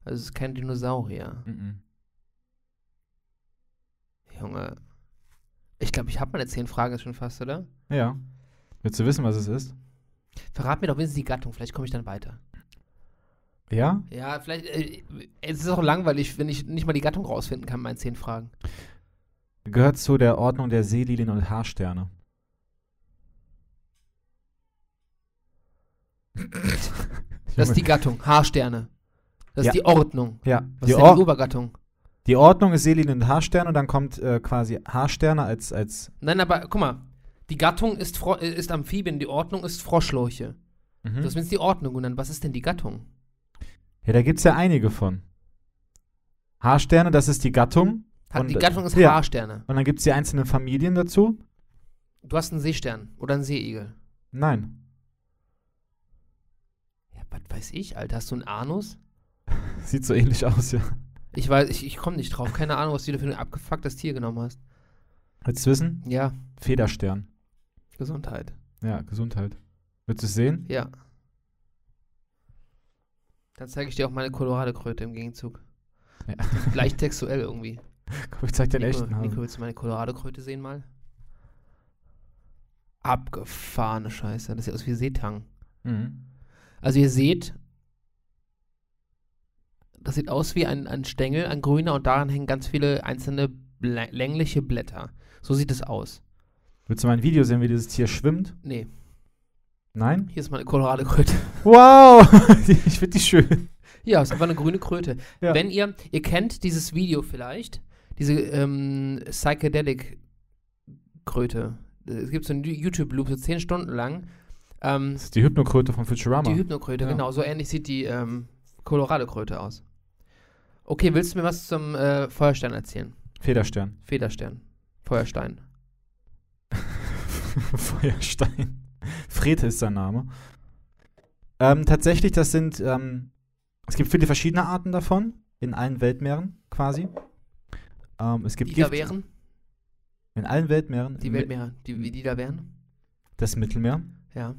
Also, es ist kein Dinosaurier.
Mhm.
Junge. Ich glaube, ich habe meine zehn Fragen jetzt schon fast, oder?
Ja. Willst du wissen, was es ist?
Verrat mir doch wenigstens die Gattung, vielleicht komme ich dann weiter.
Ja?
Ja, vielleicht. Äh, es ist auch langweilig, wenn ich nicht mal die Gattung rausfinden kann, meinen zehn Fragen.
Gehört zu der Ordnung der Seelilien und Haarsterne.
Das ist die Gattung, Haarsterne. Das
Ja.
ist die Ordnung.
ja.
Was
Die,
ist denn
Or
die Obergattung?
die Ordnung ist Seelilien und Haarsterne und dann kommt äh, quasi Haarsterne als, als
Nein, aber guck mal. Die Gattung ist, Fro äh, ist Amphibien, die Ordnung ist Froschlurche.
Mhm.
Du hast mir jetzt die Ordnung genannt. Was ist denn die Gattung?
Ja, da gibt es ja einige von. Haarsterne, das ist die Gattung.
Hat,
Und,
die
äh,
Gattung ist
ja.
Haarsterne.
Und dann gibt es die einzelnen Familien dazu.
Du hast einen Seestern oder einen Seeigel.
Nein.
Ja, was weiß ich, Alter. Hast du einen Anus?
Sieht so ähnlich aus, ja.
Ich weiß, ich, ich komme nicht drauf. Keine Ahnung, was du da für ein abgefucktes Tier genommen hast.
Willst du wissen?
Ja,
Federstern.
Gesundheit.
Ja, Gesundheit. Willst du es sehen?
Ja. Dann zeige ich dir auch meine Koloradekröte im Gegenzug.
Ja.
Leicht textuell irgendwie.
Komm, ich zeig den
Nico,
echten
Nico,
Hasen.
willst du meine Koloradekröte sehen mal? Abgefahrene Scheiße. Das sieht aus wie Seetang.
Mhm.
Also ihr seht, das sieht aus wie ein, ein Stängel, ein grüner und daran hängen ganz viele einzelne blä- längliche Blätter. So sieht es aus.
Willst du mal ein Video sehen, wie dieses Tier schwimmt?
Nee,
Nein?
hier ist meine Koloradekröte.
Wow! ich finde die schön.
Ja, ist einfach eine grüne Kröte.
Ja.
Wenn ihr, ihr kennt dieses Video vielleicht, diese ähm, Psychedelic-Kröte. Es gibt so einen YouTube-Loop, so 10 Stunden lang. Ähm,
Das ist die Hypnokröte von Futurama.
die Hypnokröte,
Ja.
genau. So ähnlich sieht die ähm, Koloradekröte aus. Okay, willst du mir was zum äh, Feuerstein erzählen?
Federstern.
Federstern. Feuerstein.
Feuerstein. Frete ist sein Name. Ähm, tatsächlich, das sind, ähm, es gibt viele verschiedene Arten davon, in allen Weltmeeren quasi. Ähm, es gibt
Die da
Gift-
wären?
in allen Weltmeeren,
Die
im Mi-
Weltmeere. Die, die da wären?
das Mittelmeer,
Ja.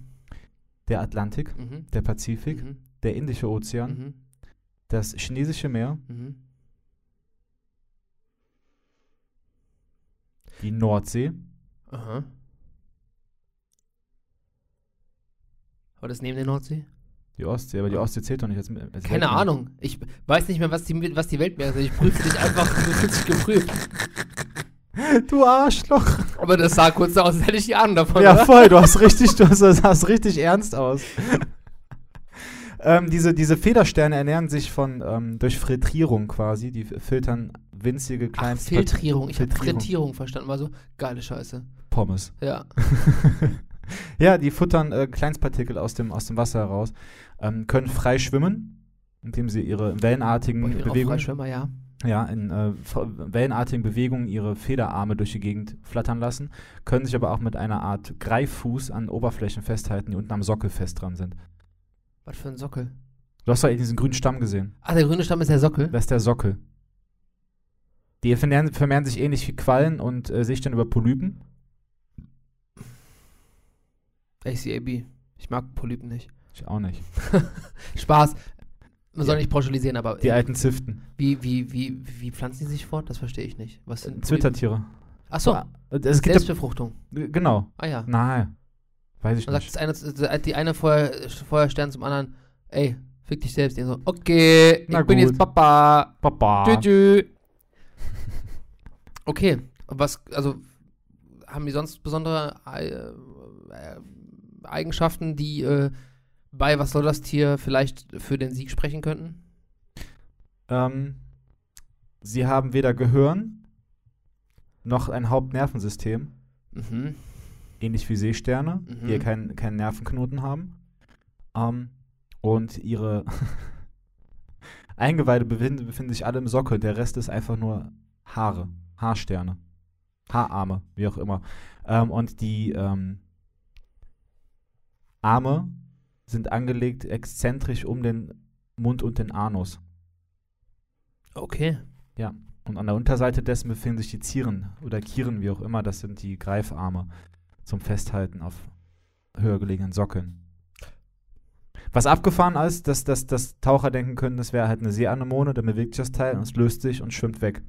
der Atlantik,
Mhm.
der Pazifik,
Mhm.
der Indische Ozean,
Mhm.
das Chinesische Meer,
Mhm.
die Nordsee.
Aha. War das neben der Nordsee?
Die Ostsee, aber die Ostsee zählt doch nicht als, Mi- als
Mhm. Keine
Weltmeer.
Ahnung. Ich weiß nicht mehr, was die, was die Weltmeere sind. Ich prüfe dich einfach. Du fühlst dich geprüft.
Du Arschloch.
Aber das sah kurz so aus, als hätte ich die Ahnung davon.
Ja,
oder?
voll, du hast richtig, du hast- du sahst richtig ernst aus. ähm, diese, diese Federsterne ernähren sich von, ähm, durch Filtrierung quasi, die f- filtern winzige
Ach,
kleinste
Filtrierung. Ich habe
Filtrierung.
Frittierung verstanden. War so, geile Scheiße.
Pommes.
Ja.
ja, die futtern äh, Kleinstpartikel aus dem, aus dem Wasser heraus, ähm, können frei schwimmen, indem sie ihre
Boah,
wellenartigen
ich bin auch
Bewegungen,
Freischwimmer, ja.
ja, in äh, fr- wellenartigen Bewegungen ihre Federarme durch die Gegend flattern lassen, können sich aber auch mit einer Art Greiffuß an Oberflächen festhalten, die unten am Sockel fest dran sind.
Was für ein Sockel.
Du hast doch eben diesen grünen Stamm gesehen.
Ah, der grüne Stamm ist der Sockel?
Das ist der Sockel. Die vermehren, vermehren sich ähnlich wie Quallen und äh, sich dann über Polypen.
ACAB. Ich mag Polypen nicht.
Ich auch nicht.
Spaß. Man soll
Ja.
nicht pauschalisieren, aber
Die
äh,
alten Ziften.
wie, wie, wie, wie pflanzen die sich fort? Das verstehe ich nicht. Was sind
Zwittertiere.
Achso,
Ah, Es gibt
Selbstbefruchtung.
ja, genau.
Ah ja.
Nein. Weiß ich
Man sagt
nicht.
das eine, das- die eine Feuer, Feuerstern zum anderen, ey, fick dich selbst. Die so, okay,
Na
ich bin
gut. Ah.
jetzt Papa.
Papa.
Tschü, tschü. Okay, und was, also haben die sonst besondere äh, äh, Eigenschaften, die äh, bei was soll das Tier vielleicht für den Sieg sprechen könnten?
Ähm, sie haben weder Gehirn noch ein Hauptnervensystem,
Mhm.
ähnlich wie Seesterne,
Mhm.
die ja keinen keinen Nervenknoten haben. Ähm, und ihre Eingeweide befinden, befinden sich alle im Sockel. Der Rest ist einfach nur Haare, Haarsterne, Haararme, wie auch immer. Ähm, und die ähm, Arme sind angelegt exzentrisch um den Mund und den Anus.
Okay.
Und an der Unterseite dessen befinden sich die Zieren oder Kieren, wie auch immer. Das sind die Greifarme zum Festhalten auf höher gelegenen Socken. Was abgefahren ist, dass, dass, dass Taucher denken können, das wäre halt eine Seeanemone, dann bewegt sich das Teil und es löst sich und schwimmt weg.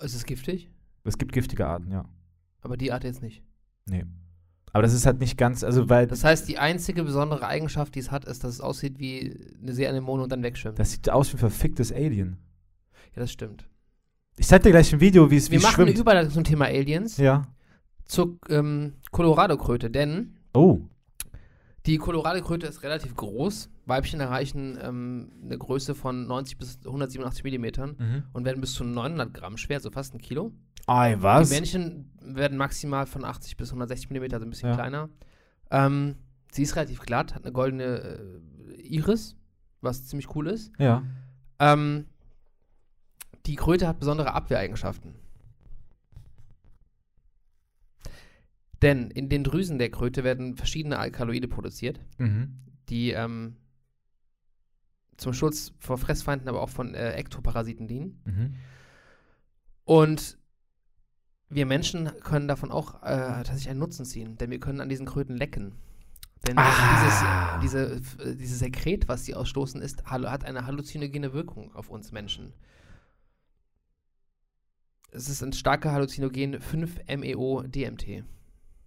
Ist es giftig?
Es gibt giftige Arten, ja.
Aber die Art jetzt nicht.
Aber das ist halt nicht ganz, also weil das,
Das heißt, die einzige besondere Eigenschaft, die es hat, ist, dass es aussieht wie eine Seeanemone und dann wegschwimmt.
sieht aus wie ein verficktes Alien.
ja, das stimmt.
Ich zeig dir gleich ein Video, wie es wie
Wir
es
machen eine
schwimmt.
Überleitung zum Thema Aliens
Ja.
zur ähm, Colorado-Kröte, denn
Oh.
die Colorado-Kröte ist relativ groß. Weibchen erreichen ähm, eine Größe von 90 bis 187 Millimetern und werden bis zu 900 Gramm schwer, also fast ein Kilo.
Ei,
Die
was?
Männchen werden maximal von 80 bis 160 Millimeter, also ein bisschen
Ja.
kleiner. Ähm, Sie ist relativ glatt, hat eine goldene äh, Iris, was ziemlich cool ist.
Ja.
Ähm, die Kröte hat besondere Abwehreigenschaften. Denn in den Drüsen der Kröte werden verschiedene Alkaloide produziert,
Mhm.
die ähm, zum Schutz vor Fressfeinden, aber auch von äh, Ektoparasiten dienen.
Mhm.
Und wir Menschen können davon auch äh, tatsächlich einen Nutzen ziehen, denn wir können an diesen Kröten lecken. Denn
Ah.
dieses, diese, f- dieses Sekret, was sie ausstoßen, ist, hallu- hat eine halluzinogene Wirkung auf uns Menschen. Es ist ein starker Halluzinogen E 5-MeO-DMT.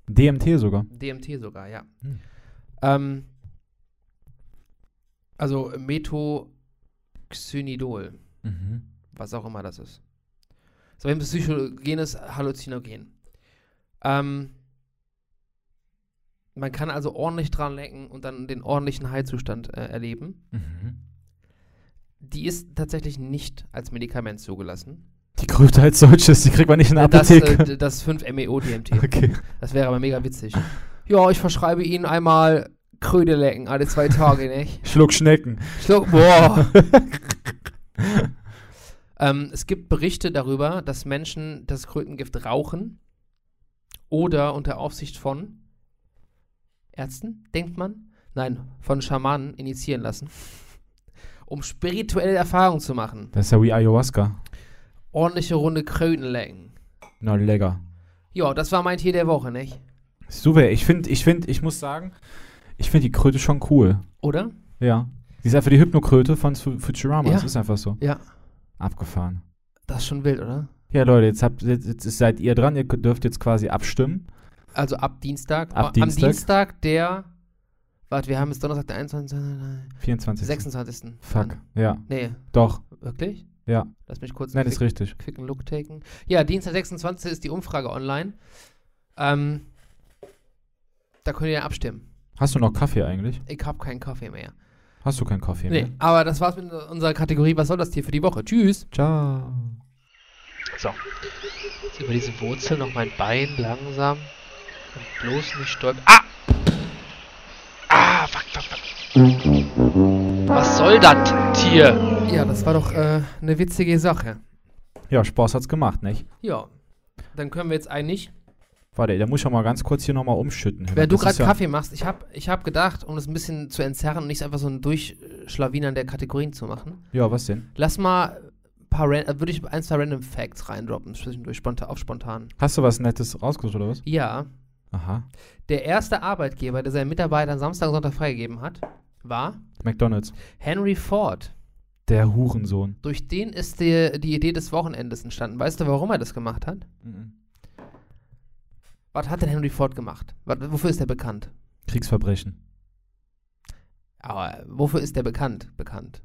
DMT sogar.
DMT sogar, ja.
Hm.
Ähm, also Methoxynidol
Mhm.
was auch immer das ist. So ein psychogenes Halluzinogen. Ähm, man kann also ordentlich dran lecken und dann den ordentlichen Heilzustand äh, erleben.
Mhm.
Die ist tatsächlich nicht als Medikament zugelassen.
Die Kröte als solches, die kriegt man nicht in der
Das,
Apotheke.
äh, d- das 5-MeO-DMT.
okay.
Das wäre aber mega witzig. Ja, ich verschreibe Ihnen einmal Kröte lecken alle zwei Tage, nicht?
Schluck Schnecken.
Schluck, boah. Ähm, es gibt Berichte darüber, dass Menschen das Krötengift rauchen oder unter Aufsicht von Ärzten, denkt man? Nein, von Schamanen initiieren lassen, um spirituelle Erfahrungen zu machen.
Das ist ja wie Ayahuasca.
Ordentliche Runde Kröten lecken.
Na, lecker.
Ja, das war mein Tier der Woche, nicht?
Super, ich finde, ich finde, ich muss sagen, ich finde die Kröte schon cool.
Oder?
Ja. Die ist einfach die Hypnokröte von Fu- Futurama.
Ja.
Das ist einfach so.
Ja.
Abgefahren.
Das ist schon wild, oder?
Ja, Leute, jetzt, habt, jetzt, jetzt seid ihr dran. Ihr k- dürft jetzt quasi abstimmen.
Also ab Dienstag.
Ab Dienstag.
Am Dienstag der. Warte, wir haben es Donnerstag, der 21.
24.
26.
Fuck. Ja,
Nee,
doch.
wirklich?
Mhm. Ja.
Lass mich kurz
Nein,
einen
ist richtig.
quick einen Look taken. Ja, Dienstag 26 ist die Umfrage online. Ähm, da könnt ihr ja abstimmen.
Hast du noch Kaffee eigentlich?
Ich habe keinen Kaffee mehr.
Hast du keinen Kaffee
Nee,
mehr?
aber das war's mit unserer Kategorie. Was soll das Tier für die Woche? Tschüss.
Ciao.
So. Jetzt über diese Wurzel noch mein Bein langsam. Und bloß nicht stolpern. Ah! Ah, fuck, fuck, fuck. Was soll das Tier? Ja, das war doch äh, eine witzige Sache.
Ja, Spaß hat's gemacht, nicht?
Ja. Dann können wir jetzt eigentlich
Warte, da muss ich auch mal ganz kurz hier nochmal umschütten.
Während du
Das
gerade
ist ja,
Kaffee machst, ich habe ich hab gedacht, um das ein bisschen zu entzerren und nicht einfach so ein Durchschlawinern der Kategorien zu machen,
Ja, was denn?
lass mal ein paar, ran- äh, würde ich ein, zwei Random Facts reindroppen, zwischendurch spontan, auf spontan.
Hast du was Nettes rausgesucht oder was?
Ja,
Aha.
der erste Arbeitgeber, der seinen Mitarbeitern Samstag und Sonntag freigegeben hat, war
McDonalds.
Henry Ford.
Der Hurensohn.
Durch den ist die, die Idee des Wochenendes entstanden. Weißt du, warum er das gemacht hat? Was hat denn Henry Ford gemacht? Was, wofür ist er bekannt?
Kriegsverbrechen.
Aber wofür ist er bekannt? Bekannt.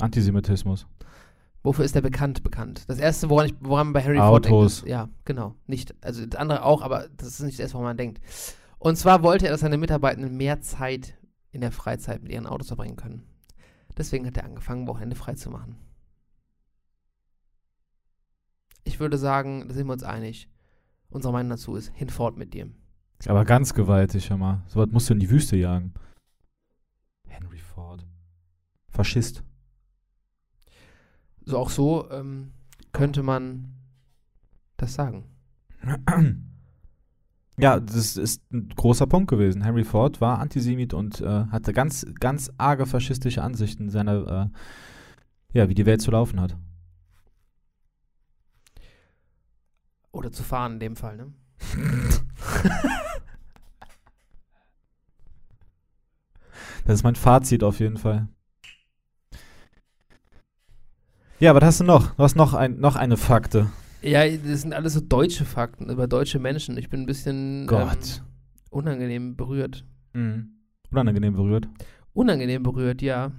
Antisemitismus.
Wofür ist er bekannt bekannt? Das erste, woran, ich, woran man bei Harry Ford
Autos.
denkt, ist, ja, genau. Nicht, also das andere auch, aber das ist nicht das erste, woran man denkt. Und zwar wollte er, dass seine Mitarbeitenden mehr Zeit in der Freizeit mit ihren Autos verbringen können. Deswegen hat er angefangen, Wochenende frei zu machen. Ich würde sagen, da sind wir uns einig. Unsere Meinung dazu ist hinfort mit dir.
Aber ganz gewaltig, hör mal. So was musst du in die Wüste jagen. Henry Ford. Faschist.
So auch so ähm, könnte man das sagen.
Ja, das ist ein großer Punkt gewesen. Henry Ford war Antisemit und äh, hatte ganz, ganz arge faschistische Ansichten seiner, äh, ja, wie die Welt zu laufen hat.
Oder zu fahren in dem Fall, ne?
Das ist mein Fazit auf jeden Fall. Ja, was hast du noch? Du hast noch, ein, noch eine Fakte.
Ja, das sind alles so deutsche Fakten über deutsche Menschen. Ich bin ein bisschen
Gott.
Ähm, unangenehm berührt.
Mhm. Unangenehm berührt.
Unangenehm berührt, ja.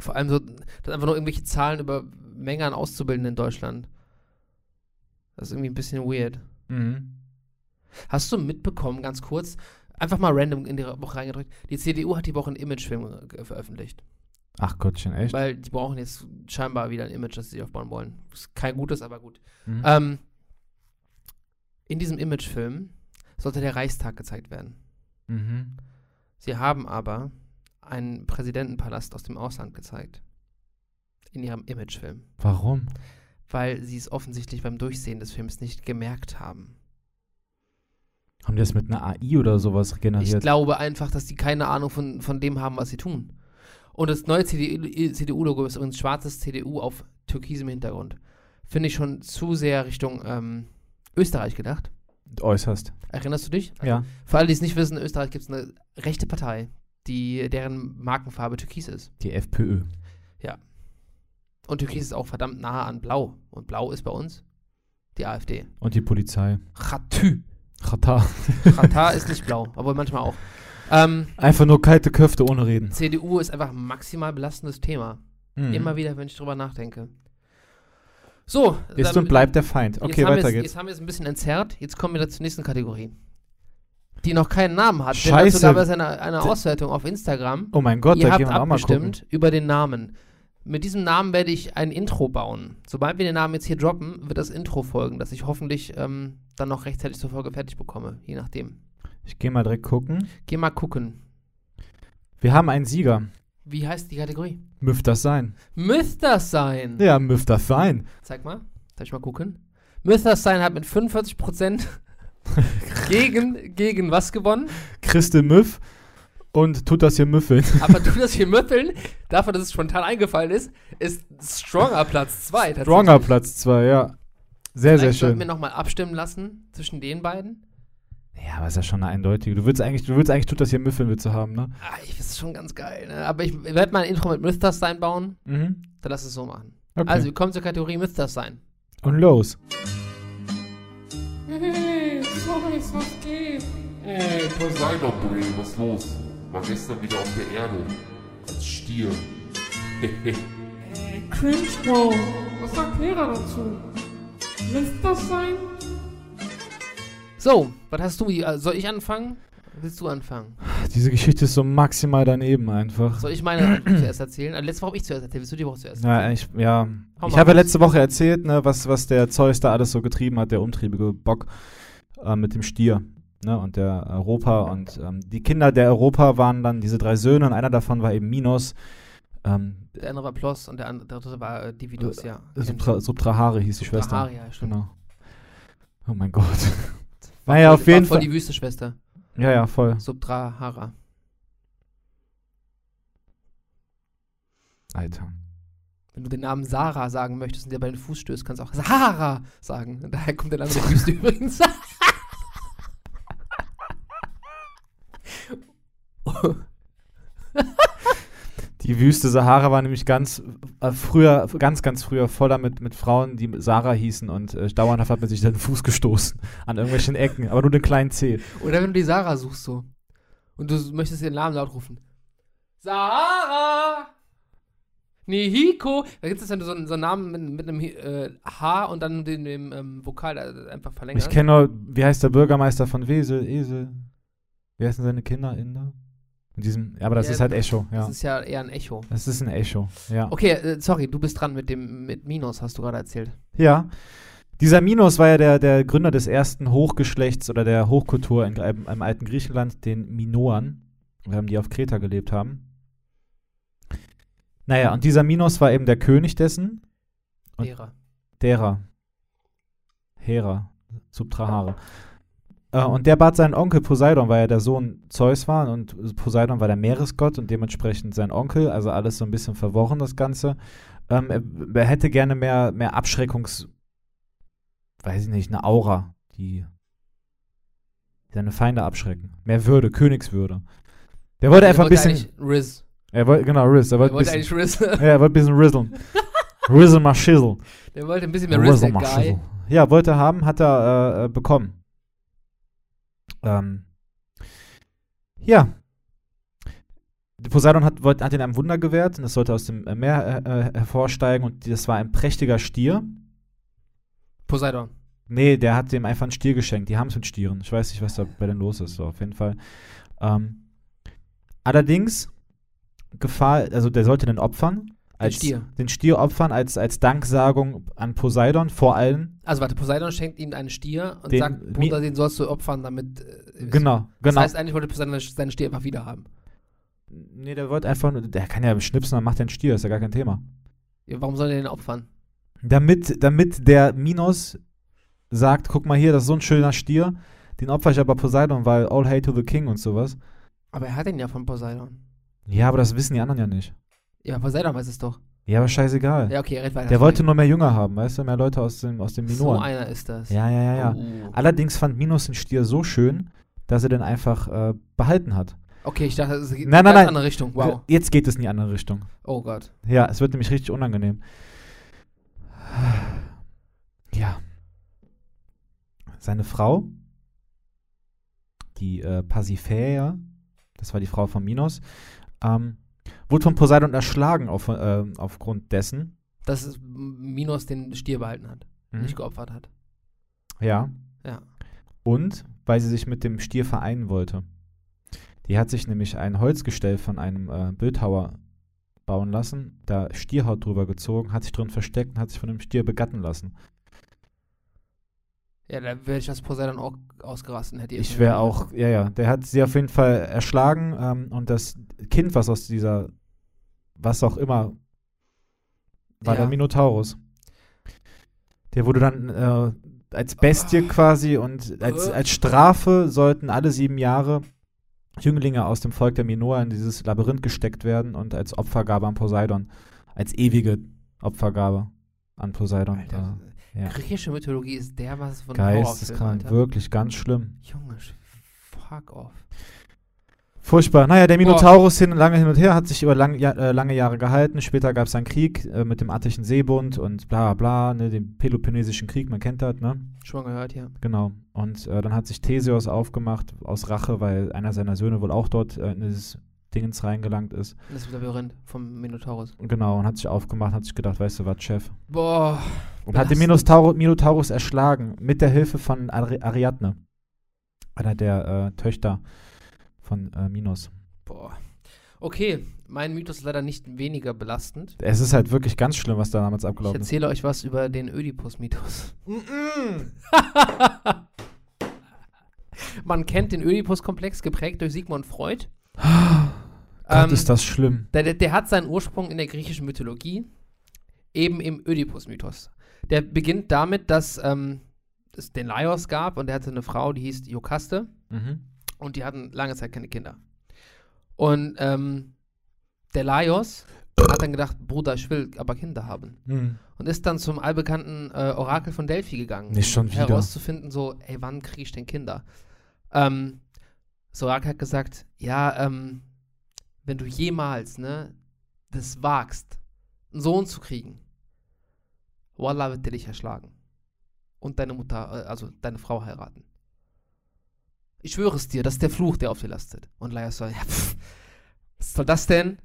Vor allem so, dass einfach nur irgendwelche Zahlen über Mengen an Auszubildenden in Deutschland. Das ist irgendwie ein bisschen weird.
Mhm.
Hast du mitbekommen, ganz kurz, einfach mal random in die Woche reingedrückt, die CDU hat die Woche ein Imagefilm ge- veröffentlicht.
Ach Gottchen, echt?
Weil die brauchen jetzt scheinbar wieder ein Image, das sie sich aufbauen wollen. Ist kein gutes, aber gut.
Mhm.
Ähm, in diesem Imagefilm sollte der Reichstag gezeigt werden.
Mhm.
Sie haben aber einen Präsidentenpalast aus dem Ausland gezeigt. In ihrem Imagefilm.
Warum?
Weil sie es offensichtlich beim Durchsehen des Films nicht gemerkt haben.
Haben die das mit einer AI oder sowas
Ich
generiert?
glaube einfach, dass die keine Ahnung von, von dem haben, was sie tun. Und das neue CDU CDU-Logo ist übrigens schwarzes CDU auf türkisem Hintergrund. Finde ich schon zu sehr Richtung ähm, Österreich gedacht.
Äußerst.
Erinnerst du dich?
ja.
Für alle, die es nicht wissen, in Österreich gibt es eine rechte Partei, die, deren Markenfarbe türkis ist.
Die FPÖ.
Und türkis ist auch verdammt nah an blau. Und blau ist bei uns die AfD.
Und die Polizei.
Ratü.
Chata.
Ratar ist nicht blau, aber manchmal auch. Ähm,
Einfach nur kalte Köfte ohne Reden.
CDU ist einfach ein maximal belastendes Thema.
Mhm.
Immer wieder, wenn ich drüber nachdenke. So,
Ist
dann-
und bleibt der Feind. Okay,
jetzt haben wir
weiter
es-
geht's.
Jetzt haben wir es ein bisschen entzerrt. Jetzt kommen wir zur nächsten Kategorie. Die noch keinen Namen hat. Denn
Scheiße.
dazu gab es eine, eine Auswertung auf Instagram.
Oh mein Gott,
Ihr
da
habt
gehen wir auch mal gucken.
abgestimmt über den Namen. Mit diesem Namen werde ich ein Intro bauen. Sobald wir den Namen jetzt hier droppen, wird das Intro folgen, das ich hoffentlich ähm, dann noch rechtzeitig zur Folge fertig bekomme. Je nachdem.
Ich gehe mal direkt gucken.
Geh mal gucken.
Wir haben einen Sieger.
Wie heißt die Kategorie?
Müff das sein.
Müsste das sein?
Ja, müff das sein.
Zeig mal. Darf ich mal gucken? Müsste das sein hat mit 45% gegen, gegen was gewonnen?
Christel Müff und tut das hier müffeln.
Aber du das hier müffeln, dafür, dass es spontan eingefallen ist, ist Stronger Platz 2.
Stronger Platz 2, ja. Sehr, sehr
Vielleicht sollten wir
schön.
nochmal abstimmen lassen zwischen den beiden.
Ja, aber ist ja schon eine eindeutige. Du willst eigentlich, du willst eigentlich tut das hier müffeln, willst du haben, ne?
Ah, ich das ist schon ganz geil, ne? Aber ich werde mal ein Intro mit Mythstein bauen.
Mhm.
Dann lass es so machen.
Okay.
Also, wir kommen zur Kategorie Mythstein.
und los.
Hey, Boris, was geht?
Ey, Poseidon, Bray, was los? War gestern wieder auf der Erde. Als Stier. Hehe.
Cringe, Bro. Was sagt Hera dazu? Müsste das sein?
So, was hast du? hier? Also, Soll ich anfangen? Willst du anfangen?
Diese Geschichte ist so maximal daneben einfach.
Soll ich meine zuerst erzählen? Also, letzte Woche habe ich zuerst erzählt. Willst du die Woche zuerst?
Ja, ich, ja.
Hau
ich
mal
habe ja
raus.
letzte Woche erzählt, ne, was, was der Zeus da alles so getrieben hat, der umtriebige Bock äh, mit dem Stier ne, und der Europa. Und ähm, die Kinder der Europa waren dann diese drei Söhne und einer davon war eben Minos. Ähm,
Der andere war Plos und der andere der dritte war äh, Dividus, ja.
Subtra Subtrahare hieß die Schwester.
Aria, stimmt.
Genau. Oh mein Gott. naja, auf jeden
Fall.
Fall.
voll die wüste Schwester.
Ja, ja, voll.
Subtrahara.
Alter.
Wenn du den Namen Sarah sagen möchtest und dir bei den Fuß stößt, kannst du auch Sahara sagen. Daher kommt der Name der Wüste übrigens.
Die Wüste Sahara war nämlich ganz äh, früher, ganz, ganz früher voller mit, mit Frauen, die Sarah hießen und äh, dauerhaft hat man sich den Fuß gestoßen an irgendwelchen Ecken, aber nur den kleinen Zeh.
Oder wenn du die Sarah suchst so. Und du möchtest ihren Namen laut rufen. Sarah! Nihiko! Da gibt es dann so einen, so einen Namen mit, mit einem äh, H und dann den, dem ähm, Vokal da einfach verlängert.
Ich kenne nur, wie heißt der Bürgermeister von Wesel? Esel. Wie heißen seine Kinder? Inder? Mit diesem, ja, aber das
Ja,
ist halt Echo,
Das
ja.
ist ja eher ein Echo.
Das ist ein Echo, ja.
Okay, äh, sorry, du bist dran mit dem mit Minos, hast du gerade erzählt.
Ja. Dieser Minos war ja der, der Gründer des ersten Hochgeschlechts oder der Hochkultur in, im, im alten Griechenland, den Minoern, ähm, die auf Kreta gelebt haben. Naja, und dieser Minos war eben der König dessen, Und-
Hera.
derer. Hera, Subtrahare. Äh, und der bat seinen Onkel Poseidon, weil er der Sohn Zeus war und Poseidon war der Meeresgott und dementsprechend sein Onkel, also alles so ein bisschen verworren, das Ganze. Ähm, er, er hätte gerne mehr, mehr Abschreckungs. Weiß ich nicht, eine Aura, die seine Feinde abschrecken. Mehr Würde, Königswürde. Der wollte einfach ein bisschen.
eigentlich Riz.
Er wollte, genau, Riz.
Der
Er wollte, ein
wollte
bisschen,
eigentlich Riz.
ja, er wollte ein bisschen rizzeln. Rizzle mal Shizzle.
der wollte ein bisschen mehr Riz, der Guy.
Ja, wollte haben, hat er äh, äh, bekommen. Ähm, ja. Die Poseidon hat, wollt, hat ihn einem Wunder gewährt und es sollte aus dem äh, Meer äh, äh, hervorsteigen und das war ein prächtiger Stier.
Poseidon.
Nee, der hat dem einfach einen Stier geschenkt. Die haben es mit Stieren. Ich weiß nicht, was da bei denen los ist. So, auf jeden Fall. Ähm, allerdings gefahr, also der sollte den opfern als
Stier.
den Stier opfern als, als Danksagung an Poseidon vor allem.
Also warte, Poseidon schenkt ihm einen Stier und
Den-
sagt, Bruder, den sollst du opfern, damit. äh,
Genau,
Das
genau.
heißt, eigentlich wollte Poseidon seinen Stier einfach wieder haben.
nee, der wollte einfach, nur- der kann ja schnipsen, dann macht den Stier, ist ja gar kein Thema.
Ja, warum soll er den opfern?
Damit, damit der Minos sagt, guck mal hier, das ist so ein schöner Stier, den opfer ich aber Poseidon, weil all hail to the king und sowas.
Aber er hat ihn ja von Poseidon.
Ja, aber das wissen die anderen ja nicht.
Ja, Poseidon weiß es doch.
Ja, aber scheißegal.
Ja, okay, er redet weiter.
Der wollte nur mehr Jünger haben, weißt du, mehr Leute aus dem, aus dem
So
Minoren.
einer ist das.
ja, ja, ja, ja.
Oh.
Allerdings fand Minos den Stier so schön, dass er den einfach äh, behalten hat.
Okay, ich dachte, es geht in
Nein,
eine
nein,
ganz
nein.
andere Richtung. Wow.
Jetzt geht es in die andere Richtung.
Oh Gott.
Ja, es wird nämlich richtig unangenehm. Ja. Seine Frau, die äh, Pasiphae, das war die Frau von Minos, ähm, wurde von Poseidon erschlagen auf, äh, aufgrund dessen.
Dass es Minos den Stier behalten hat,
Mhm.
nicht geopfert hat.
Ja.
Mhm. Ja.
Und weil sie sich mit dem Stier vereinen wollte. Die hat sich nämlich ein Holzgestell von einem äh, Bildhauer bauen lassen, da Stierhaut drüber gezogen, hat sich drin versteckt und hat sich von dem Stier begatten lassen.
Ja, da wäre ich als Poseidon auch ausgerastet und hätte ihr
Ich
schon
wäre
gesagt.
auch, ja, ja, der hat sie auf jeden Fall erschlagen ähm, und das Kind, was aus dieser, was auch immer, war
Ja.
der Minotaurus. Der wurde dann äh, als Bestie
Ah.
quasi und als,
Äh.
als Strafe sollten alle sieben Jahre Jünglinge aus dem Volk der Minoer in dieses Labyrinth gesteckt werden und als Opfergabe an Poseidon, als ewige Opfergabe an Poseidon.
Alter,
äh, ja.
Griechische Mythologie ist dermaßen von
Geisteskrank,
Horrorfilm, Alter.
wirklich ganz schlimm.
Junge, sch- fuck off.
Furchtbar. Naja, der
Boah.
Minotaurus hin, lange hin und her hat sich über lang, ja, äh, lange Jahre gehalten. Später gab es einen Krieg äh, mit dem Attischen Seebund und bla bla, ne, den Peloponnesischen Krieg, man kennt das, ne?
Schon mal gehört, ja.
Genau. Und äh, dann hat sich Theseus aufgemacht aus Rache, weil einer seiner Söhne wohl auch dort äh, in dieses Dingens reingelangt ist.
Das Labyrinth vom Minotaurus.
Und genau, und hat sich aufgemacht, hat sich gedacht, weißt du was, Chef?
Boah.
Und hat den Minotaur Minotaurus erschlagen mit der Hilfe von Ari Ariadne, einer der äh, Töchter von äh, Minos.
Boah. Okay, mein Mythos ist leider nicht weniger belastend.
Es ist halt wirklich ganz schlimm, was da damals
Ich
abgelaufen ist.
erzähle euch was über den Ödipus-Mythos. Man kennt den Ödipus-Komplex, geprägt durch Sigmund Freud.
Gott,
Ähm,
ist das schlimm.
Der, der, der hat seinen Ursprung in der griechischen Mythologie, eben im Ödipus-Mythos. Der beginnt damit, dass ähm, es den Laios gab und der hatte eine Frau, die hieß Iokaste
hm, mhm.
und die hatten lange Zeit keine Kinder. Und ähm, der Laios hat dann gedacht, Bruder, ich will aber Kinder haben.
Mhm.
Und ist dann zum allbekannten äh, Orakel von Delphi gegangen, um
Nicht schon wieder.
herauszufinden, so, ey, wann kriege ich denn Kinder? Ähm, das Orakel hat gesagt, ja, ähm, wenn du jemals, ne, das wagst, einen Sohn zu kriegen, Wallah wird der dich erschlagen. Und deine Mutter, äh, also deine Frau heiraten. Ich schwöre es dir, das ist der Fluch, der auf dir lastet. Und Laios so, ja, pff, was soll das denn?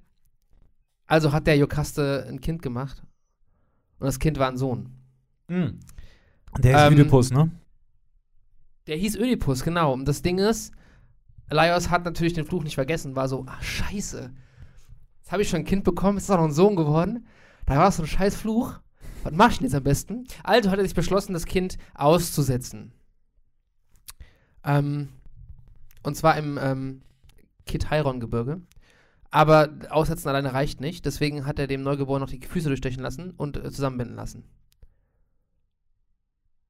Also hat der Jokaste ein Kind gemacht. Und das Kind war ein Sohn.
Mhm. Der ist
Ähm,
Oedipus, ne?
Der hieß Ödipus, genau. Und das Ding ist, Laios hat natürlich den Fluch nicht vergessen, war so, ah, scheiße. Jetzt habe ich schon ein Kind bekommen, es ist auch noch ein Sohn geworden. Da war so ein scheiß Fluch. Was mach ich denn jetzt am besten? Also hat er sich beschlossen, das Kind auszusetzen. Ähm, und zwar im ähm, Kithairon-Gebirge. Aber aussetzen alleine reicht nicht, deswegen hat er dem Neugeborenen noch die Füße durchstechen lassen und äh, zusammenbinden lassen.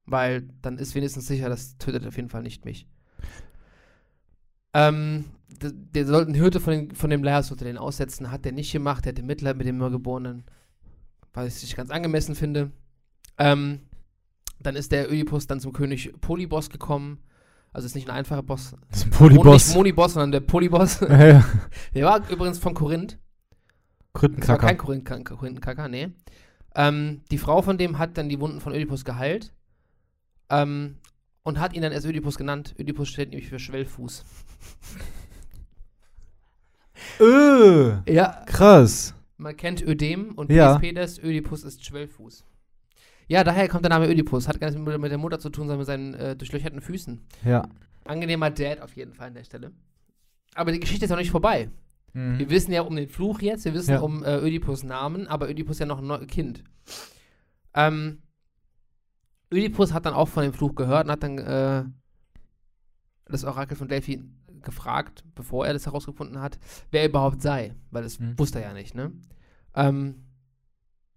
Weil dann ist wenigstens sicher, das tötet auf jeden Fall nicht mich. Ähm, d- der sollte eine Hirte von, den, von dem Laios unter den aussetzen, hat der nicht gemacht, der hatte Mitleid mit dem Neugeborenen, weil ich es nicht ganz angemessen finde. Ähm, dann ist der Ödipus dann zum König Polyboss gekommen. Also ist nicht ein einfacher Boss.
Das ist ein
Mon- Nicht
Polyboss.
Moniboss, sondern der Polyboss.
Ja, ja.
der war übrigens von Korinth. Das war
Krückenkacker.
kein Korinthenkacker, Korinthenkacker nee. Ähm, die Frau von dem hat dann die Wunden von Ödipus geheilt ähm, und hat ihn dann erst Ödipus genannt. Ödipus steht nämlich für Schwellfuß.
Öh,
Ja.
krass.
Man kennt Ödem und
Ja.
Pedes, Ödipus ist Schwellfuß. Ja, daher kommt der Name Ödipus. Hat gar nichts mit mit der Mutter zu tun, sondern mit seinen äh, durchlöcherten Füßen.
Ja.
Angenehmer Dad auf jeden Fall an der Stelle. Aber die Geschichte ist noch nicht vorbei.
Mhm.
Wir wissen ja um den Fluch jetzt, wir wissen
Ja.
um äh, Ödipus Namen, aber Ödipus ist ja noch ein neu- Kind. Ähm, Ödipus hat dann auch von dem Fluch gehört und hat dann äh, das Orakel von Delphi gefragt, bevor er das herausgefunden hat, wer er überhaupt sei, weil das
Mhm.
wusste er ja nicht, ne? Ähm,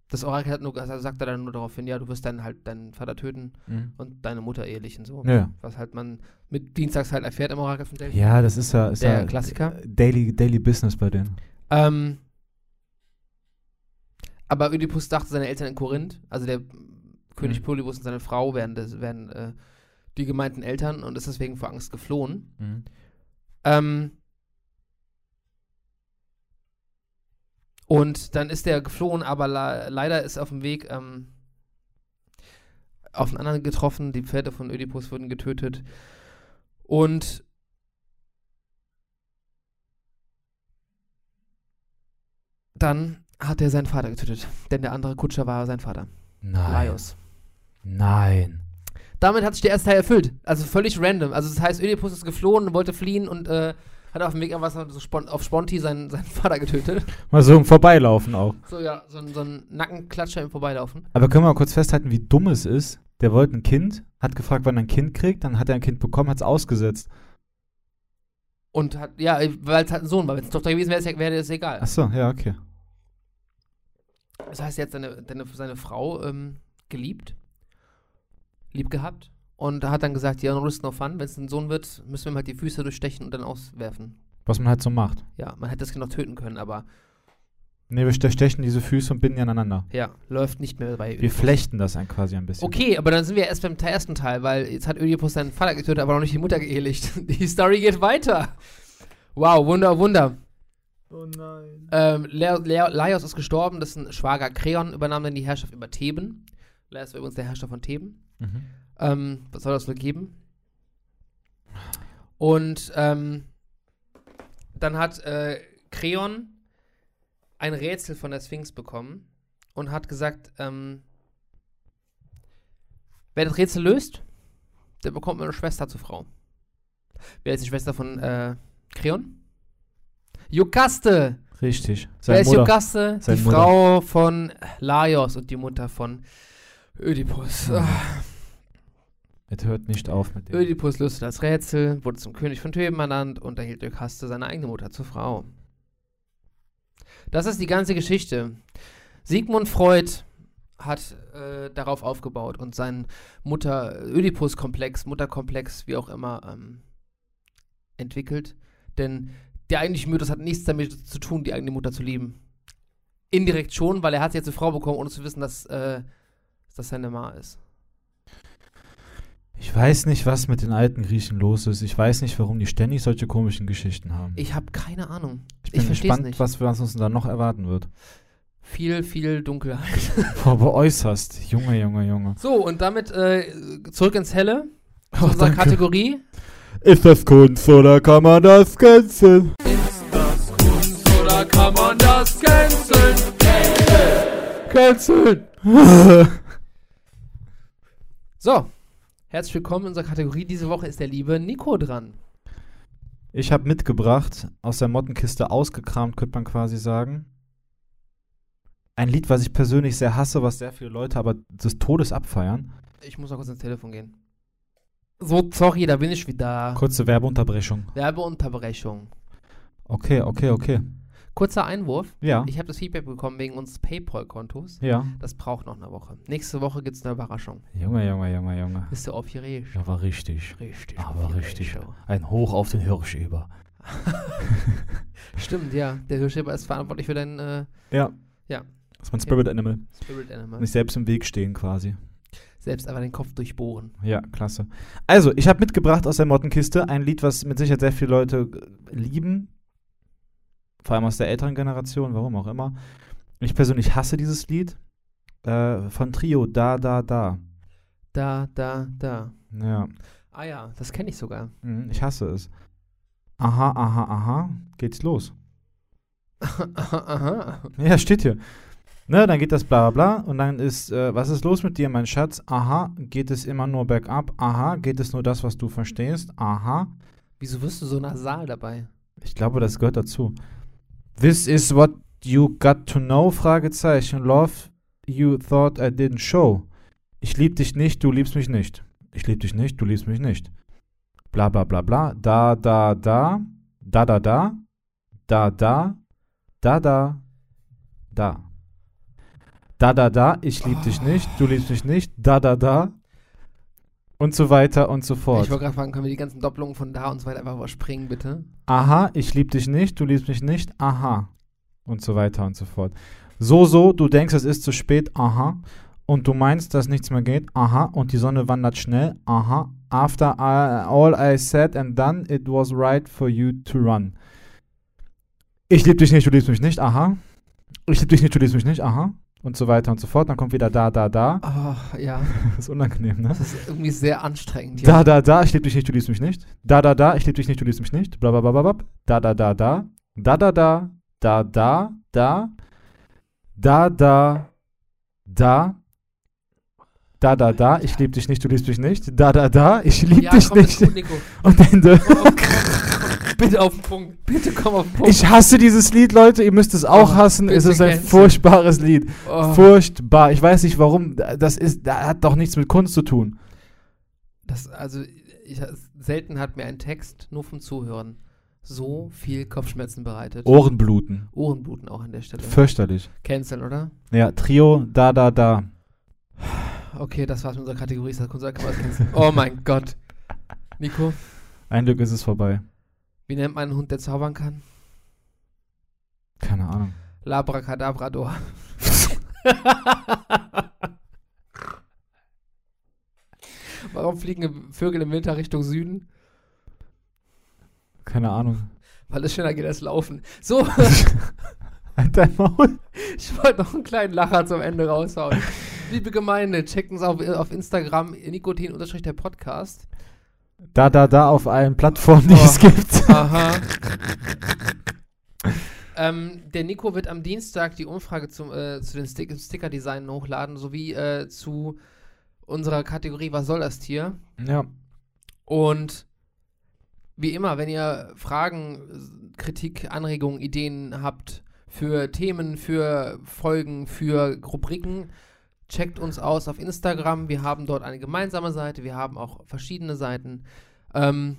das Orakel hat nur, also sagte dann nur darauf hin, ja, du wirst dann halt deinen Vater töten
Mhm.
und deine Mutter ehelichen, so.
Ja.
Was halt man mit Dienstags halt erfährt im Orakel von Delphi.
ja, das ist ja, ist
Der
ja
Klassiker.
Daily, Daily Business bei denen.
Ähm, aber Ödipus dachte, seine Eltern in Korinth, also der König
Mhm.
Polybus und seine Frau wären, das, wären äh, die gemeinten Eltern und ist deswegen vor Angst geflohen.
Mhm.
Ähm, und dann ist der geflohen, aber la- leider ist auf dem Weg ähm, auf einen anderen getroffen. Die Pferde von Ödipus wurden getötet. Und dann hat er seinen Vater getötet, denn der andere Kutscher war sein Vater,
Nein.
Laios.
Nein.
Damit hat sich der erste Teil erfüllt, also völlig random. Also das heißt, Ödipus ist geflohen, wollte fliehen und äh, hat auf dem Weg einfach so spon auf Sponti seinen, seinen Vater getötet.
Mal so im Vorbeilaufen auch.
So, ja, so, ein- so ein Nackenklatscher im Vorbeilaufen.
Aber können wir mal kurz festhalten, wie dumm es ist? Der wollte ein Kind, hat gefragt, wann er ein Kind kriegt, dann hat er ein Kind bekommen, hat es ausgesetzt.
Und hat, ja, weil es halt ein Sohn war. Wenn es eine Tochter gewesen wäre, wäre wär das egal.
Achso, ja, okay.
Das heißt, er hat seine, seine, seine Frau ähm, geliebt, lieb gehabt und hat dann gesagt, ja, no risk, no fun. Wenn es ein Sohn wird, müssen wir ihm halt die Füße durchstechen und dann auswerfen.
Was man halt so macht.
Ja, man hätte das Kind noch töten können, aber
Nee, wir ste- stechen diese Füße und binden die aneinander.
ja, läuft nicht mehr bei
Wir flechten das ein quasi ein bisschen.
Okay, aber dann sind wir erst beim te- ersten Teil, weil jetzt hat Ödipus seinen Vater getötet, aber noch nicht die Mutter geehelicht. Die Story geht weiter. Wow, Wunder, Wunder.
Oh nein.
Ähm, Le Le Laios ist gestorben, dessen Schwager Kreon übernahm dann die Herrschaft über Theben. Laios war übrigens der Herrscher von Theben.
Mhm.
Ähm, was soll das wohl geben? Und ähm, dann hat äh, Kreon ein Rätsel von der Sphinx bekommen und hat gesagt, ähm, wer das Rätsel löst, der bekommt meine Schwester zur Frau. Wer ist die Schwester von äh, Kreon? Jokaste!
Richtig.
Wer
Seine
ist
Mutter.
Jokaste? Die
Seine Mutter.
Frau von Laios und die Mutter von Ödipus.
Mhm.
Ah.
Es hört nicht auf mit dem.
Ödipus löste das Rätsel, wurde zum König von Theben ernannt und erhielt Jokaste seine eigene Mutter zur Frau. Das ist die ganze Geschichte. Sigmund Freud hat äh, darauf aufgebaut und seinen Mutter Ödipus-Komplex, Mutterkomplex, wie auch immer, ähm, entwickelt. Denn der eigentliche Mythos hat nichts damit zu tun, die eigene Mutter zu lieben. Indirekt schon, weil er hat jetzt eine Frau bekommen, ohne zu wissen, dass äh, das seine Ma ist.
Ich weiß nicht, was mit den alten Griechen los ist. Ich weiß nicht, warum die ständig solche komischen Geschichten haben.
Ich habe keine Ahnung.
Ich
ich versteh's nicht.
was, was uns da noch erwarten wird.
viel, viel Dunkelheit.
Boah, aber äußerst. Junge, Junge, Junge.
So, und damit äh, zurück ins Helle, zu
Oh,
unserer
danke.
Kategorie.
Ist das Kunst oder kann man das canceln?
Oder kann man das canceln?
Canceln! so, herzlich willkommen in unserer Kategorie. Diese Woche ist der liebe Nico dran.
Ich habe mitgebracht, aus der Mottenkiste ausgekramt, könnte man quasi sagen. Ein Lied, was ich persönlich sehr hasse, was sehr viele Leute aber des Todes abfeiern.
Ich muss noch kurz ins Telefon gehen. So, sorry, da bin ich wieder.
Kurze Werbeunterbrechung.
Werbeunterbrechung.
Okay, okay, okay.
Kurzer Einwurf.
Ja,
Ich habe das Feedback bekommen wegen unseres PayPal-Kontos.
ja.
Das braucht noch eine Woche. Nächste Woche gibt es eine Überraschung.
Junge, Junge, Junge, Junge.
Bist du aufgeregt?
Ja, war richtig.
Richtig.
Aber
aufgeregt,
richtig.
ja.
Ein Hoch auf den Hirschäber.
Stimmt, ja. Der Hirschheber ist verantwortlich für deinen äh,
Ja.
Ja.
Das ist mein Spirit Animal.
Spirit Animal.
Nicht selbst im Weg stehen quasi.
Selbst einfach den Kopf durchbohren.
Ja, klasse. Also, ich habe mitgebracht aus der Mottenkiste ein Lied, was mit Sicherheit sehr viele Leute äh, lieben. Vor allem aus der älteren Generation, warum auch immer. Ich persönlich hasse dieses Lied. Äh, von Trio, Da, Da, Da.
Da, da, da.
Ja,
Ah ja, das kenne ich sogar.
mhm, ich hasse es. Aha, aha, aha. Geht's los.
Aha.
Ja, steht hier. Ne, dann geht das bla bla bla und dann ist, äh, was ist los mit dir, mein Schatz? Aha, geht es immer nur bergab? Aha, geht es nur das, was du verstehst? Aha.
Wieso wirst du so nasal dabei?
Ich glaube, das gehört dazu. This is what you got to know? Fragezeichen. Love you thought I didn't show. Ich lieb dich nicht, du liebst mich nicht. Ich lieb dich nicht, du liebst mich nicht. Bla bla bla bla. Da da da. Da da da. Da da. Da da. Da. Da da da. Ich lieb dich nicht, du liebst mich nicht. Da da da. Und so weiter und so fort.
Ich wollte gerade fragen, können wir die ganzen Doppelungen von da und so weiter einfach überspringen, bitte?
Aha, ich lieb dich nicht, du liebst mich nicht, aha. Und so weiter und so fort. So, so, du denkst, es ist zu spät, aha. Und du meinst, dass nichts mehr geht, aha. Und die Sonne wandert schnell, aha. After I, all I said and done, it was right for you to run. Ich lieb dich nicht, du liebst mich nicht, aha. Ich lieb dich nicht, du liebst mich nicht, aha. Und so weiter und so fort. Dann kommt wieder da, da, da.
Oh, ja.
Das ist unangenehm, ne?
Das ist irgendwie sehr anstrengend. hier.
Da, da, da, ich lieb dich nicht, du liebst mich nicht. Da, da, da, ich lieb dich nicht, du liebst mich nicht. Bla, bla, bla, bla, bla. Da, da, da, da. Da, da, da. Da, da, da. Da, da. Da. Da, da, da, ich lieb dich nicht, du liebst mich nicht. Da, da, da, ich lieb
ja,
dich
komm, ist
nicht.
Gut, Nico.
Und Ende.
Komm auf, komm, komm, komm. Bitte auf den Punkt. Bitte komm auf den Punkt.
Ich hasse dieses Lied, Leute. Ihr müsst es auch
Oh,
hassen. Es
bitte
ist ein
cancel.
furchtbares Lied.
oh,
Furchtbar. Ich weiß nicht warum. Das ist, das hat doch nichts mit Kunst zu tun.
das, also, ich, selten hat mir ein Text nur vom Zuhören so viel Kopfschmerzen
Oh,
bereitet.
Ohrenbluten.
Ohrenbluten auch an der Stelle.
Fürchterlich.
Cancel, oder?
Ja, Trio, da, da, da.
Okay, das war's mit unserer Kategorie. Ist das unser Kamerad canceln? Oh mein Gott. Nico,
Ein Glück ist es vorbei.
wie nennt man einen Hund, der zaubern kann?
Keine Ahnung.
Labracadabrador. Warum fliegen Vögel im Winter Richtung Süden?
Keine Ahnung.
Weil es schneller geht als laufen. So,
Halt dein Maul.
ich wollte noch einen kleinen Lacher zum Ende raushauen. Liebe Gemeinde, checkt uns auf, auf Instagram nikotin der Podcast.
Da, da, da auf allen Plattformen, die
Oh.
es gibt.
Aha. ähm, der Nico wird am Dienstag die Umfrage zum, äh, zu den Stick Sticker-Designen hochladen, sowie äh, zu unserer Kategorie Was soll das Tier?
Ja.
Und wie immer, wenn ihr Fragen, Kritik, Anregungen, Ideen habt für Themen, für Folgen, für Rubriken, checkt uns aus auf Instagram. Wir haben dort eine gemeinsame Seite, wir haben auch verschiedene Seiten, ähm,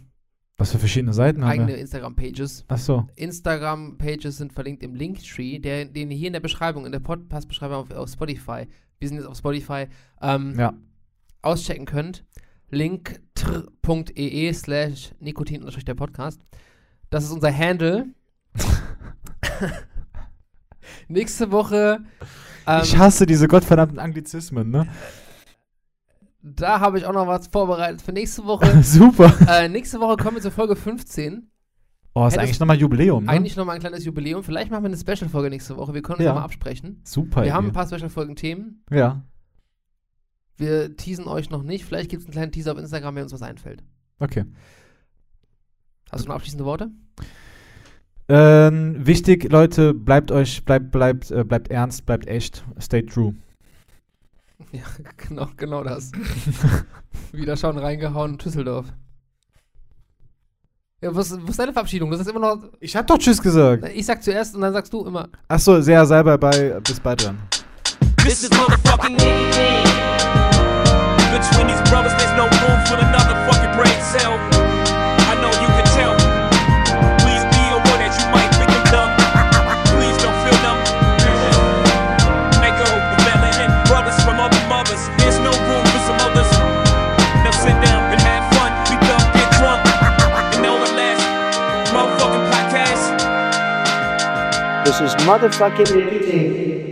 Was für verschiedene Seiten haben
eigene
wir?
Instagram-Pages.
Achso.
Instagram-Pages sind verlinkt im Linktree, der, den ihr hier in der Beschreibung, in der Podcast-Beschreibung auf, auf Spotify, wir sind jetzt auf Spotify, ähm,
Ja.
auschecken könnt. linktr.ee slash nikotin der Podcast. Das ist unser Handle. Nächste Woche,
ich
ähm,
hasse diese gottverdammten Anglizismen, ne?
da habe ich auch noch was vorbereitet für nächste Woche.
Super.
äh, nächste Woche kommen wir zur Folge 15.
Oh, ist
Hättest-
eigentlich nochmal Jubiläum, ne?
Eigentlich nochmal ein kleines Jubiläum. Vielleicht machen wir eine Special-Folge nächste Woche. Wir können uns
Ja.
ja. mal absprechen.
Super.
Wir haben ein
Idee.
paar Special-Folgen-Themen.
Ja.
Wir teasen euch noch nicht. Vielleicht gibt es einen kleinen Teaser auf Instagram, wenn uns was einfällt.
Okay.
Hast du noch abschließende Worte?
Ähm, wichtig, Leute, bleibt euch, bleibt, bleibt, äh, bleibt ernst, bleibt echt. Stay true.
Ja, genau, genau das. Wieder schauen, reingehauen, Düsseldorf. Ja, was, was ist deine Verabschiedung? Das ist immer noch.
Ich hab doch Tschüss gesagt.
Ich sag zuerst und dann sagst du immer.
Achso, sehr, sei bei, bei, bis bald dann.
This is motherfucking game. Between these brothers, there's no room for another fucking brain cell. I know you can tell. Please be aware that you might think I'm dumb. Please don't feel numb. Echo the melanin brothers from other mothers. There's no room for some others. Now sit down and have fun. We don't get drunk. And on the last motherfucking podcast.
This is motherfucking everything.